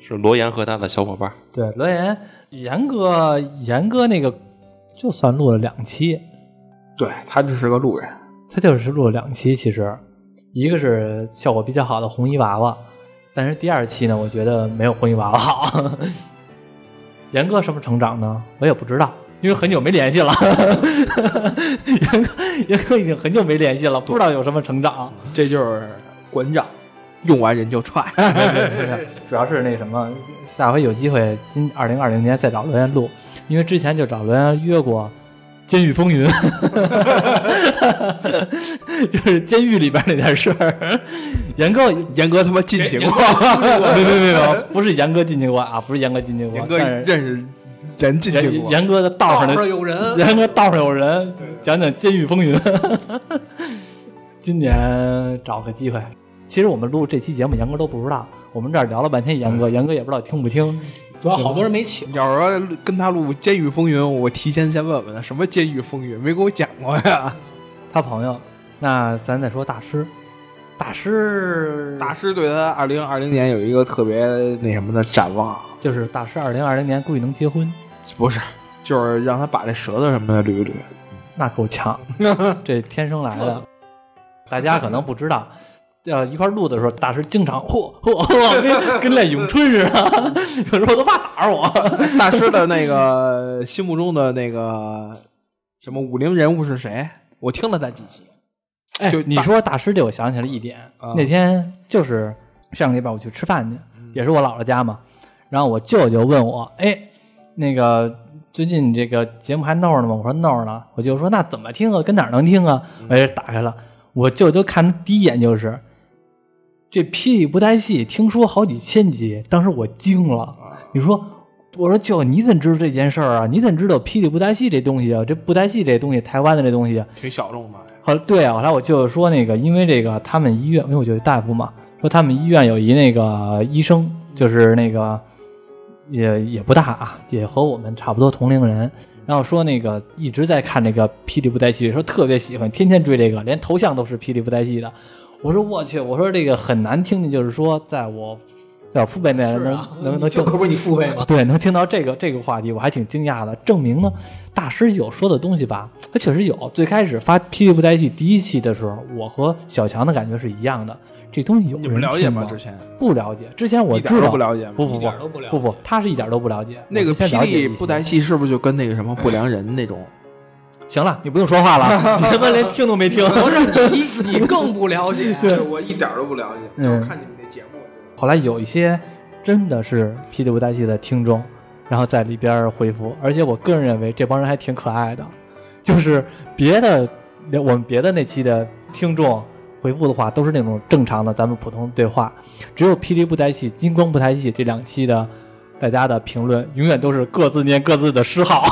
C: 是罗岩和他的小伙伴。
A: 对，罗岩，严哥，严哥那个就算录了两期，
D: 对他只是个路人，
A: 他就是录了两期，其实一个是效果比较好的红衣娃娃，但是第二期呢，我觉得没有红衣娃娃好。 [laughs] 严哥什么成长呢？我也不知道，因为很久没联系了。 [laughs] 严哥，严哥已经很久没联系了，不知道有什么成长。
D: 这就是馆长，用完人就踹。
A: 啊
D: 嗯
A: 主要是那什么，下回有机会，今二零二零年再找罗源录，因为之前就找罗源约过《监狱风
D: [laughs]
A: 云》，就是监狱里边那点事儿。严哥，
D: 严哥他妈进去过，
A: [laughs] 没没没没，不是严哥进去过啊，不是严哥进去过，
D: 严哥
A: 但
D: 认
A: 是
D: 识人进去
A: 严
D: 过。
A: 严哥的道上的
B: 有人，
A: [laughs] 然后道上有人，讲讲《监狱风云》。今年找个机会，其实我们录这期节目，严哥都不知道。我们这儿聊了半天，严哥，严哥也不知道听不听。
B: 主要好多人没请。
D: 要是说跟他录《监狱风云》，我提前先问问他什么《监狱风云》，没给我讲过呀。
A: 他朋友，那咱再说大师，大师，
D: 大师对他二零二零年有一个特别那什么的展望，
A: 就是大师，二零二零年估计能结婚，
D: 不是，就是让他把这舌头什么的捋一捋。
A: 那够呛，这天生来的。大家可能不知道，呃，一块儿录的时候，大师经常嚯嚯嚯，跟跟练咏春似的， [laughs] 有时候都怕打着我。
D: [laughs] 大师的那个心目中的那个什么武林人物是谁？我听了他几集，
A: 哎，
D: 就
A: 你
D: 大
A: 说大师这，我想起来一点，
D: 啊嗯
A: 那天就是上个礼拜我去吃饭去，也是我姥姥家嘛，然后我舅舅问我，哎，那个最近这个节目还闹呢吗？我说闹呢，我舅说那怎么听啊？跟哪儿能听啊？
D: 嗯
A: 我就打开了，我舅舅看的第一眼就是。这霹雳不带戏，听说好几千集，当时我惊了。
D: 啊
A: 你说，我说舅，你怎么知道这件事儿啊？你怎么知道霹雳不带戏这东西啊？这不带戏这东西，台湾的这东西啊，
D: 挺小众嘛。
A: 后来对啊，后来我舅舅说那个，因为这个他们医院，因为我舅舅大夫嘛，说他们医院有一那个医生，就是那个也也不大啊，也和我们差不多同龄人。然后说那个一直在看那个《霹雳布袋戏》，说特别喜欢，天天追这个，连头像都是《霹雳布袋戏》的。我说我去，我说这个很难听的，就是说在我对吧？父辈那
B: 是
A: 能、
B: 啊，
A: 能能
B: 这
A: 听
B: 可不是你父 [laughs] 辈吗？
A: 对，能听到这个这个话题，我还挺惊讶的。证明呢，大师有说的东西吧，他确实有。最开始发《霹雳布袋戏》第一期的时候，我和小强的感觉是一样的，这东西有
D: 你
A: 人
D: 不了解
A: 听
D: 吗？
A: 吗
D: 之前
A: 不了解，之前我
D: 一点
A: 知
D: 都
A: 道
D: 不了解吗？
A: 不不
B: 一
A: 不
B: 点都不了解
A: 不不，他是一点都不了解。
D: 那个
A: 我先
D: 霹
A: 了解
D: 雳
A: 一些
D: 布袋戏是不是就跟那个什么不良人那 [laughs] 种？
A: 行了，你不用说话
D: [laughs]
A: 了，你他妈连听都没听。
B: 不是你，你更不了解。
D: [laughs] 对，我一点都不了解，
A: 嗯
D: 就看你们那节目。
A: 后来有一些真的是霹雳布袋戏的听众，然后在里边儿回复，而且我个人认为这帮人还挺可爱的，就是别的我们别的那期的听众回复的话都是那种正常的咱们普通对话，只有霹雳布袋戏、金光布袋戏这两期的。大家的评论永远都是各自念各自的诗号，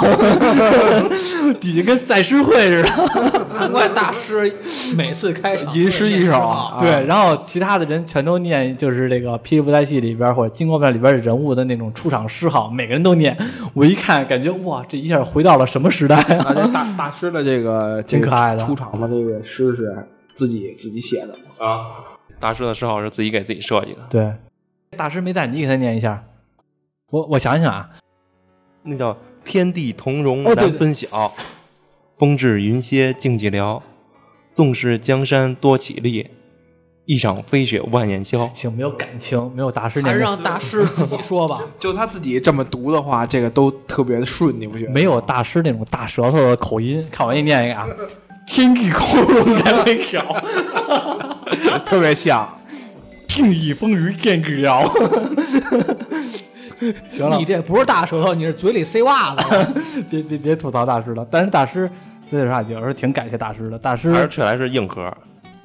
A: [laughs] 底下跟赛诗会似的。
B: 难怪大师每次开场
D: 吟诗一首
B: 啊，
A: 对，然后其他的人全都念，就是这个《霹雳布袋戏》里边儿或者《金光变》里边儿的人物的那种出场诗号，每个人都念。我一看，感觉哇，这一下回到了什么时代啊？ [laughs]
D: 啊，这大大师的这个这
A: 挺
D: 个
A: 可爱的
D: 出场的这个诗是自己自己写的
C: 啊！
D: 吗，
C: 大师的嗜好是自己给自己设计的，
A: 对，大师没在，你给他念一下。我我想想啊，
C: 那叫天地同荣
A: 哦对
C: 难分晓，风至云歇静寂寥。纵是江山多绮丽，一场飞雪万年消。
A: 行，没有感情，没有大师
B: 还
A: 念
B: 是
A: 的，
B: 让大师自己说吧。
D: 就他自己这么读的话，这个都特别的顺，你不觉得？
A: 没有大师那种大舌头的口音。看我给你念一个啊，天地空 [laughs] 容难分晓，
D: 特别像。
A: 静以风雨见寂寥。 [laughs] [laughs] 行了
B: 你，这不是大舌头，你是嘴里塞袜子。
A: 别别别吐槽大师了，但是大师说实话，有时候挺感谢大师的。大
C: 还是
A: 师
C: 确来是硬核，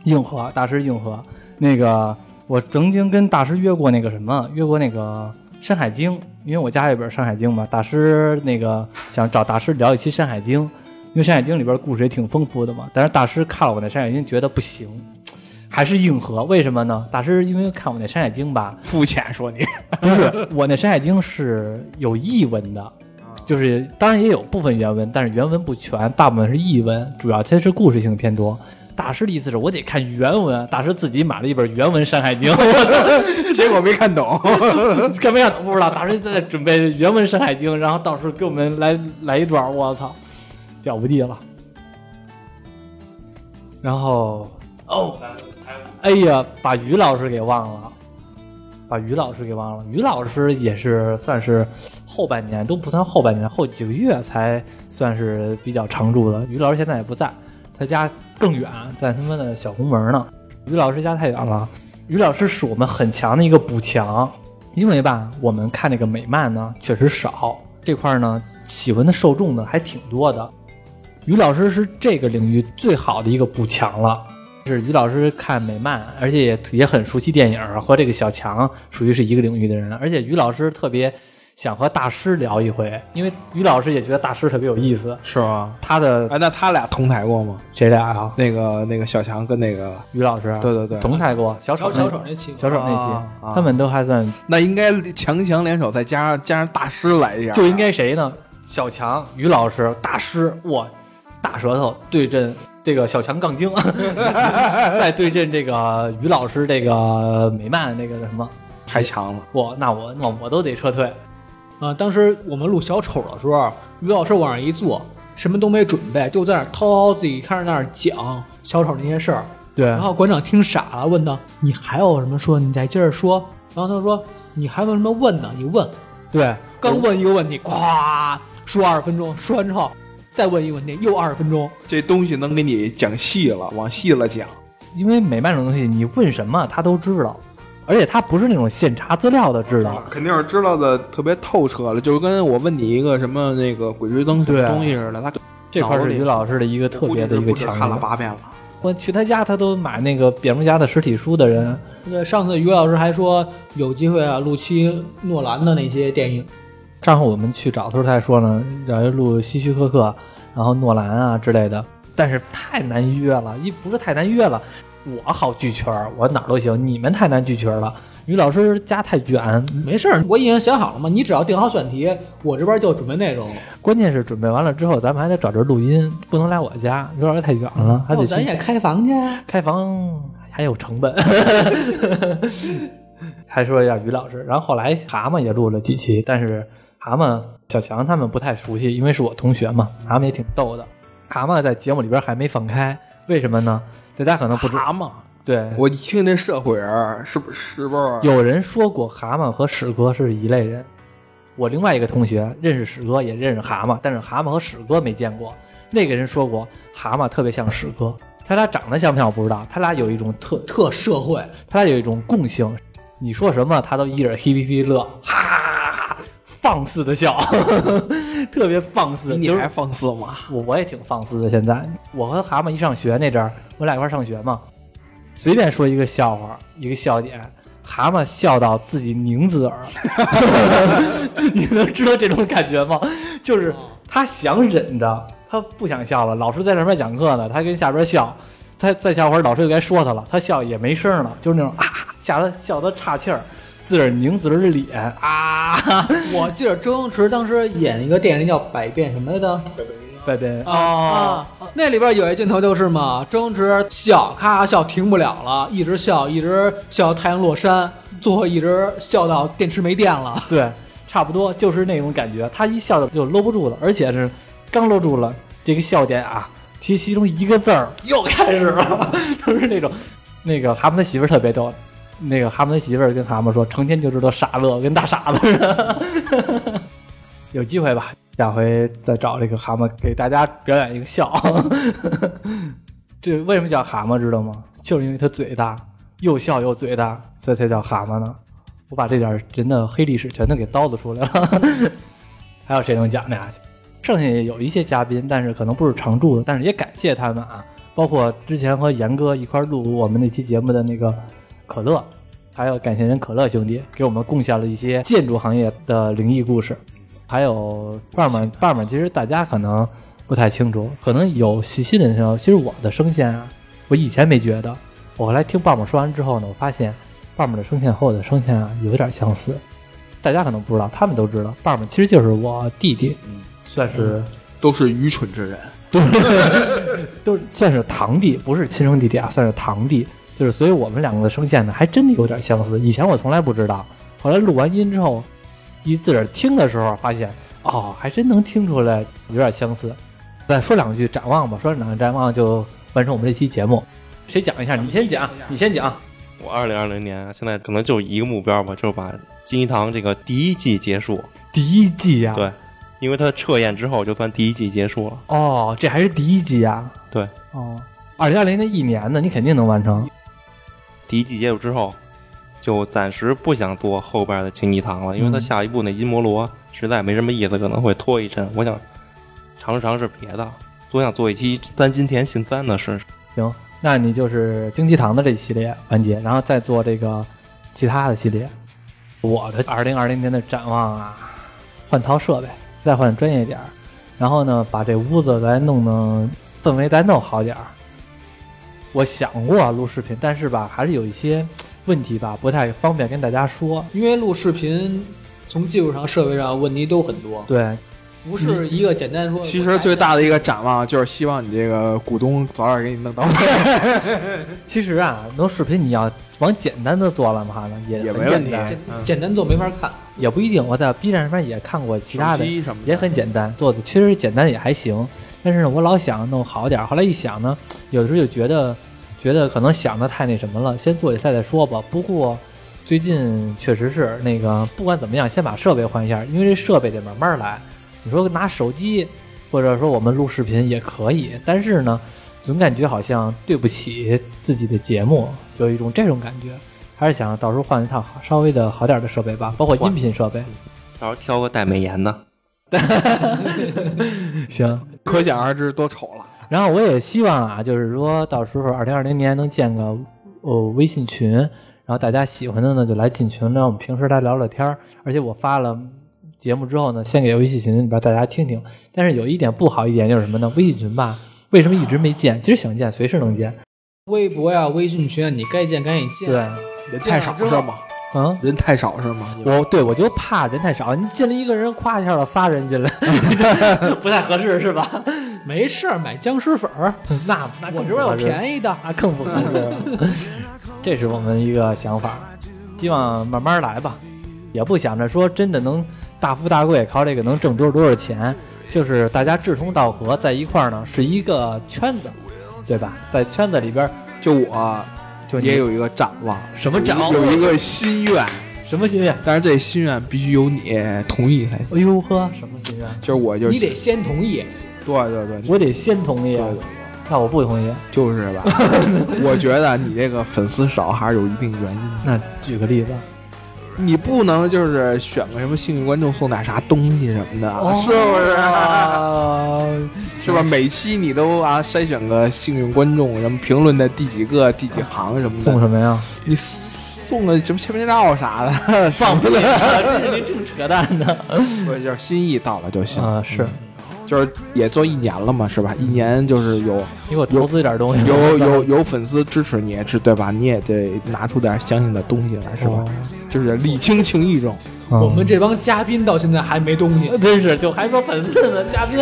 A: 硬核，大师硬核。那个我曾经跟大师约过那个什么，约过那个《山海经》，因为我家有本《山海经》嘛。大师那个想找大师聊一期《山海经》，因为《山海经》里边故事也挺丰富的嘛。但是大师看了我那《山海经》，觉得不行，还是硬核。为什么呢？大师因为看我那《山海经》吧，
D: 肤浅说你，
A: [laughs] 不是，我那《山海经》是有译文的，就是当然也有部分原文，但是原文不全，大部分是译文，主要它是故事性偏多。大师的意思是我得看原文，大师自己买了一本原文《山海经》， [laughs]
D: [laughs] 结果没看懂。
A: 干嘛呀？不知道，大师在准备原文《山海经》，然后到时候给我们来来一段，我操，了不地了。然后哦，哎呀，把于老师给忘了，把于老师给忘了。于老师也是算是后半年都不算后半年，后几个月才算是比较常驻的。于老师现在也不在，他家更远，在他妈的小红门呢。于老师家太远了。于老师是我们很强的一个补强，因为吧，我们看那个美漫呢确实少，这块儿呢喜欢的受众呢还挺多的。于老师是这个领域最好的一个补强了。是于老师看美漫，而且也也很熟悉电影儿，和这个小强属于是一个领域的人。而且于老师特别想和大师聊一回，因为于老师也觉得大师特别有意思。
D: 是吗？
A: 他的
D: 哎，那他俩同台过吗？
A: 谁俩啊？
D: 那个那个小强跟那个，
A: 于老师
D: 对对对，
A: 同台过 [laughs] 小丑
B: 小
A: 那
B: 小丑那期，
A: 小丑那
D: 啊
A: 期，
D: 啊
A: 他们都还算
D: 那应该强强联手，再加上加上大师来一点，
A: 就应该谁呢？小强、于老师、大师，哇，大舌头对阵这个小强杠
D: [laughs]
A: 精，再对阵这个于老师这个美漫那个什么，
D: 太强了。
A: 哇，那我那我都得撤退。
B: 啊，当时我们录小丑的时候，于老师往那一坐，什么都没准备，就在那儿滔滔自己开始在那儿讲小丑那些事儿。
A: 对
B: 然后馆长听傻了，问他：“你还有什么说？你再接着说。”然后他说：“你还有什么问呢？你问。
A: 对，”
B: 刚问一个问题，咵说二十分钟，说完之后再问一个问题，又二十分钟。
D: 这东西能给你讲细了，往细了讲。
A: 因为美漫这种东西，你问什么他都知道，而且他不是那种现查资料的知道。
D: 肯定是知道的特别透彻了，就跟我问你一个什么那个《鬼吹灯》什
A: 对
D: 么东西似的，他
A: 这块是
D: 脑子里
A: 于老师的一个特别的一个
D: 我估计是不止
A: 强
D: 看了
A: 项
D: 八遍了。
A: 我去他家，他都买那个蝙蝠侠的实体书的人，
B: 对，上次于老师还说有机会啊，录期诺兰的那些电影。
A: 上回我们去找的时候，他还说呢，要录希区柯克，然后诺兰啊之类的，但是太难约了，一不是太难约了，我好聚群儿，我哪儿都行，你们太难聚群儿了。于老师家太远，
B: 没事儿，我已经想好了嘛，你只要定好选题，我这边就准备内容。
A: 关键是准备完了之后，咱们还得找地儿录音，不能来我家，于老师太远了，还
B: 要
A: 得
B: 不哦咱
A: 去
B: 也开房去啊。
A: 开房，还有成本。 [laughs] 还说一下于老师。然后后来蛤蟆也录了几期，但是蛤蟆小强他们不太熟悉，因为是我同学嘛。蛤蟆也挺逗的，蛤蟆在节目里边还没放开，为什么呢？大家可能不知
B: 蛤蟆，
A: 对，
D: 我一听这社会人儿是不是是不
B: 啊
D: 是？
A: 有人说过蛤蟆和史哥是一类人。我另外一个同学认识史哥，也认识蛤蟆，但是蛤蟆和史哥没见过。那个人说过，蛤蟆特别像史哥，他俩长得像不像我不知道，他俩有一种特
B: 特社会，
A: 他俩有一种共性，你说什么他都一脸嘻嘻嘻乐，哈哈哈哈，放肆的笑， [laughs] 特别放肆。
D: 比你
A: 就是
D: 还放肆吗？
A: 我我也挺放肆的。现在我和蛤蟆一上学那阵儿，我俩一块儿上学嘛，随便说一个笑话，一个笑点，蛤蟆笑到自己拧自耳， [laughs] 你能知道这种感觉吗？就是他想忍着，他不想笑了。老师在上面讲课呢，他跟下边笑，他再笑会儿，老师就该说他了，他笑也没声儿了，就是那种啊，吓得笑得岔气儿，自个儿拧自个儿的脸啊，
B: 我记得周星驰当时演一个电影叫《百变什么来着》
A: 拜拜。
B: 啊，那里边有一镜头就是嘛，周星驰笑，咔笑停不了了，一直笑，一直笑太阳落山，最后一直笑到电池没电了。
A: [laughs] 对，差不多就是那种感觉。他一笑就搂不住了，而且是刚搂住了，这个笑点啊，提其中一个字儿又开始了， [laughs] 就是那种那个蛤蟆他媳妇儿特别逗。那个蛤蟆他媳妇儿跟蛤蟆说，成天就知道傻乐，跟大傻子似的。 [laughs] 有机会吧，下回再找这个蛤蟆给大家表演一个笑。 [laughs] 这为什么叫蛤蟆知道吗？就是因为它嘴大，又笑又嘴大，所以才叫蛤蟆呢。我把这点儿人的黑历史全都给叨叨出来了。 [laughs] 还有谁能讲的呀？剩下也有一些嘉宾，但是可能不是常驻的，但是也感谢他们啊，包括之前和严哥一块儿录我们那期节目的那个可乐，还有感谢人可乐兄弟给我们贡献了一些建筑行业的灵异故事，还有棒棒棒棒，其实大家可能不太清楚，可能有细心的人说，其实我的声线啊，我以前没觉得，我后来听棒棒说完之后呢，我发现棒棒的声线和我的声线啊有点相似，大家可能不知道，他们都知道，棒棒其实就是我弟弟，嗯算是
D: 都是愚蠢之人。
A: [laughs] 都算是堂弟，不是亲生弟弟啊，算是堂弟。就是，所以我们两个的声线呢，还真的有点相似。以前我从来不知道，后来录完音之后，一自个儿听的时候，发现哦，还真能听出来有点相似。再说两句展望吧，说两句展望就完成我们这期节目。谁讲一下？你先讲，你先讲。
C: 我二零二零年啊现在可能就一个目标吧，就是把金一堂这个第一季结束。
A: 第一季啊呀、
C: 对，因为它撤宴之后就算第一季结束了。
A: 哦，这还是第一季啊。
C: 对，
A: 哦，二零二零那一年呢，你肯定能完成。
C: 第一季结束之后，就暂时不想做后边的经济堂了，因为它
A: 嗯
C: 下一步那阴摩罗实在没什么意思，可能会拖一阵。我想尝试尝试别的，我想做一期三金田信三的试试。
A: 行，那你就是京鸡堂的这一系列完结，然后再做这个其他的系列。我的二零二零年的展望啊，换套设备，再换专业点儿，然后呢，把这屋子再弄弄氛围再弄好点儿。我想过啊录视频，但是吧，还是有一些问题吧，不太方便跟大家说。
B: 因为录视频，从技术上、设备上问题都很多，
A: 对，
B: 不是一个简单说。
D: 嗯其实最大的一个展望就是希望你这个股东早点给你弄到位，
A: 其实啊，弄视频你要往简单的做了嘛呢，也
D: 也
A: 很
D: 没
A: 简
D: 问题嗯
A: 单，
B: 简简单做没法看，
A: 也不一定。我在 B 站上面也看过其他的
D: 手，机什么的
A: 也很简单，做的确实简单也还行。但是呢，我老想弄好点儿，后来一想呢，有的时候就觉得觉得可能想的太那什么了，先做起来再说吧。不过最近确实是那个，不管怎么样，先把设备换一下，因为这设备得慢慢来。你说拿手机，或者说我们录视频也可以，但是呢，总感觉好像对不起自己的节目，有一种这种感觉。还是想到时候换一套好稍微的好点儿的设备吧，包括音频设备。
C: 到时候挑个带美颜的，
A: 行，
D: 可想而知多丑了。
A: 然后我也希望啊，就是说到时候二零二零年能建个呃微信群，然后大家喜欢的呢就来进群，让我们平时来聊聊天儿。而且我发了节目之后呢，先给微信群里边大家听听。但是有一点不好一点就是什么呢？微信群吧，为什么一直没建？ [laughs] 其实想建随时能建。
B: 微博呀、微信群啊，你该建赶紧建。
A: 对，
D: 人太少是吗？
A: 嗯，
D: 人太少是吗？
A: 我对我就怕人太少，你进来一个人，咵一下就仨人进来， [laughs] 不太合适是吧？
B: 没事儿，买僵尸粉
D: [laughs]
B: 儿，
A: 那那
B: 我
A: 更
B: 这边有
A: 宜。
B: 便宜的。
A: [laughs] 那更不合适了。这是我们一个想法。希望慢慢来吧，也不想着说真的能大富大贵，靠这个能挣多少多少钱，就是大家志同道合在一块儿呢，是一个圈子，对吧？在圈子里边儿，
D: 就我
A: 就你
D: 也有一个展望，
A: 什么展望
D: 有一个心愿，
A: 什么心愿？
D: 但是这心愿必须有你同意才行。
A: 哎呦呵，什么心愿？
D: 就是我就
B: 你得先同意。
D: 对对对，
A: 我得先同意啊
D: 对对，
A: 那我不同意。
D: 就是 [laughs] 吧？我觉得你这个粉丝少还是有一定原因的。
A: 那举个例子，
D: 你不能就是选个什么幸运观众送点啥东西什么的，是不是？ [laughs]
A: 啊
D: 是吧？每期你都啊筛选个幸运观众，什么评论的第几个、第几行什么的，
A: 送什么呀？
D: 你送个什么签名照啥的， [laughs]
A: 放屁！ [laughs] 真是您正扯淡呢。
D: 不是就是心意到了就行。
A: 啊，是
D: 就是也做一年了嘛，是吧？一年就是有
A: 你给我投资一点东西， [laughs]
D: 有有有粉丝支持你，是对吧？你也得拿出点相应的东西来，是吧？
A: 哦
D: 就是礼轻情意重。
A: 嗯
B: 我们这帮嘉宾到现在还没东西，
A: [laughs] 真是就还说粉丝呢，嘉宾。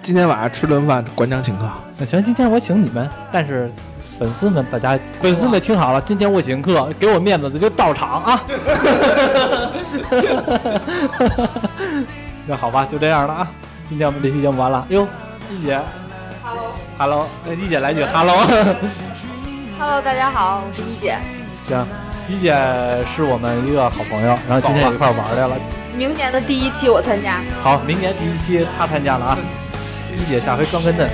D: 今天晚上吃顿饭，馆长请客。
A: 那行，今天我请你们，但是粉丝们，大家粉丝们听好了，今天我请客，给我面子的就到场啊。 [laughs] 那好吧，就这样了啊，今天我们这期节目完了。哟，一姐，hello，hello，呃一姐来句 hello。 [laughs]
E: Hello，大家好，我是一姐。
A: 行，一姐是我们一个好朋友，然后今天也一块儿玩儿来了。
E: 明年的第一期我参加，
A: 好，明年第一期她参加了啊，一姐下回装跟嫩。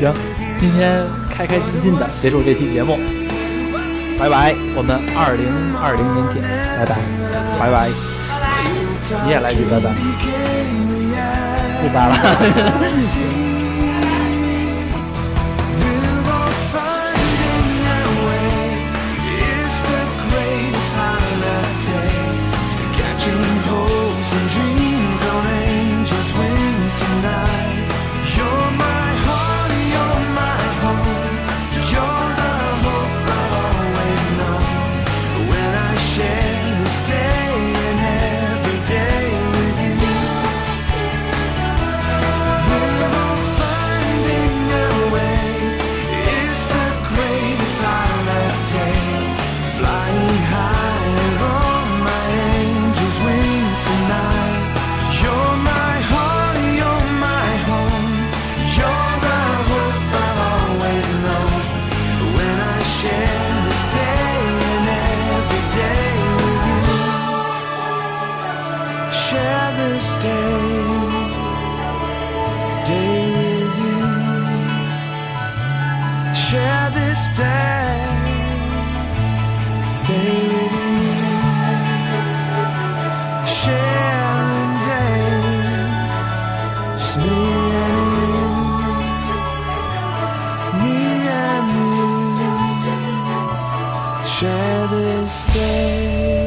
A: 行，今天开开心心的结束这期节目，拜拜，我们二零二零年见，拜拜，拜拜，
E: 拜拜。
A: 你也来句拜拜，不拜了。
F: We're all finding our way. It's the greatest holiday. Catching hopes and dreams on angels' wings tonight. You're my heart, you're my home. You're the hope I've always known. When I share this day and every day with you. We're all finding our way. It's the greatest holiday. Flying higher on my angel's wings tonight. You're my heart, you're my home. You're the hope I've always known. When I share this day and every day with you, share this day day with you. Share this day, day with you. Share the day, just me and you, me and you. Share this day.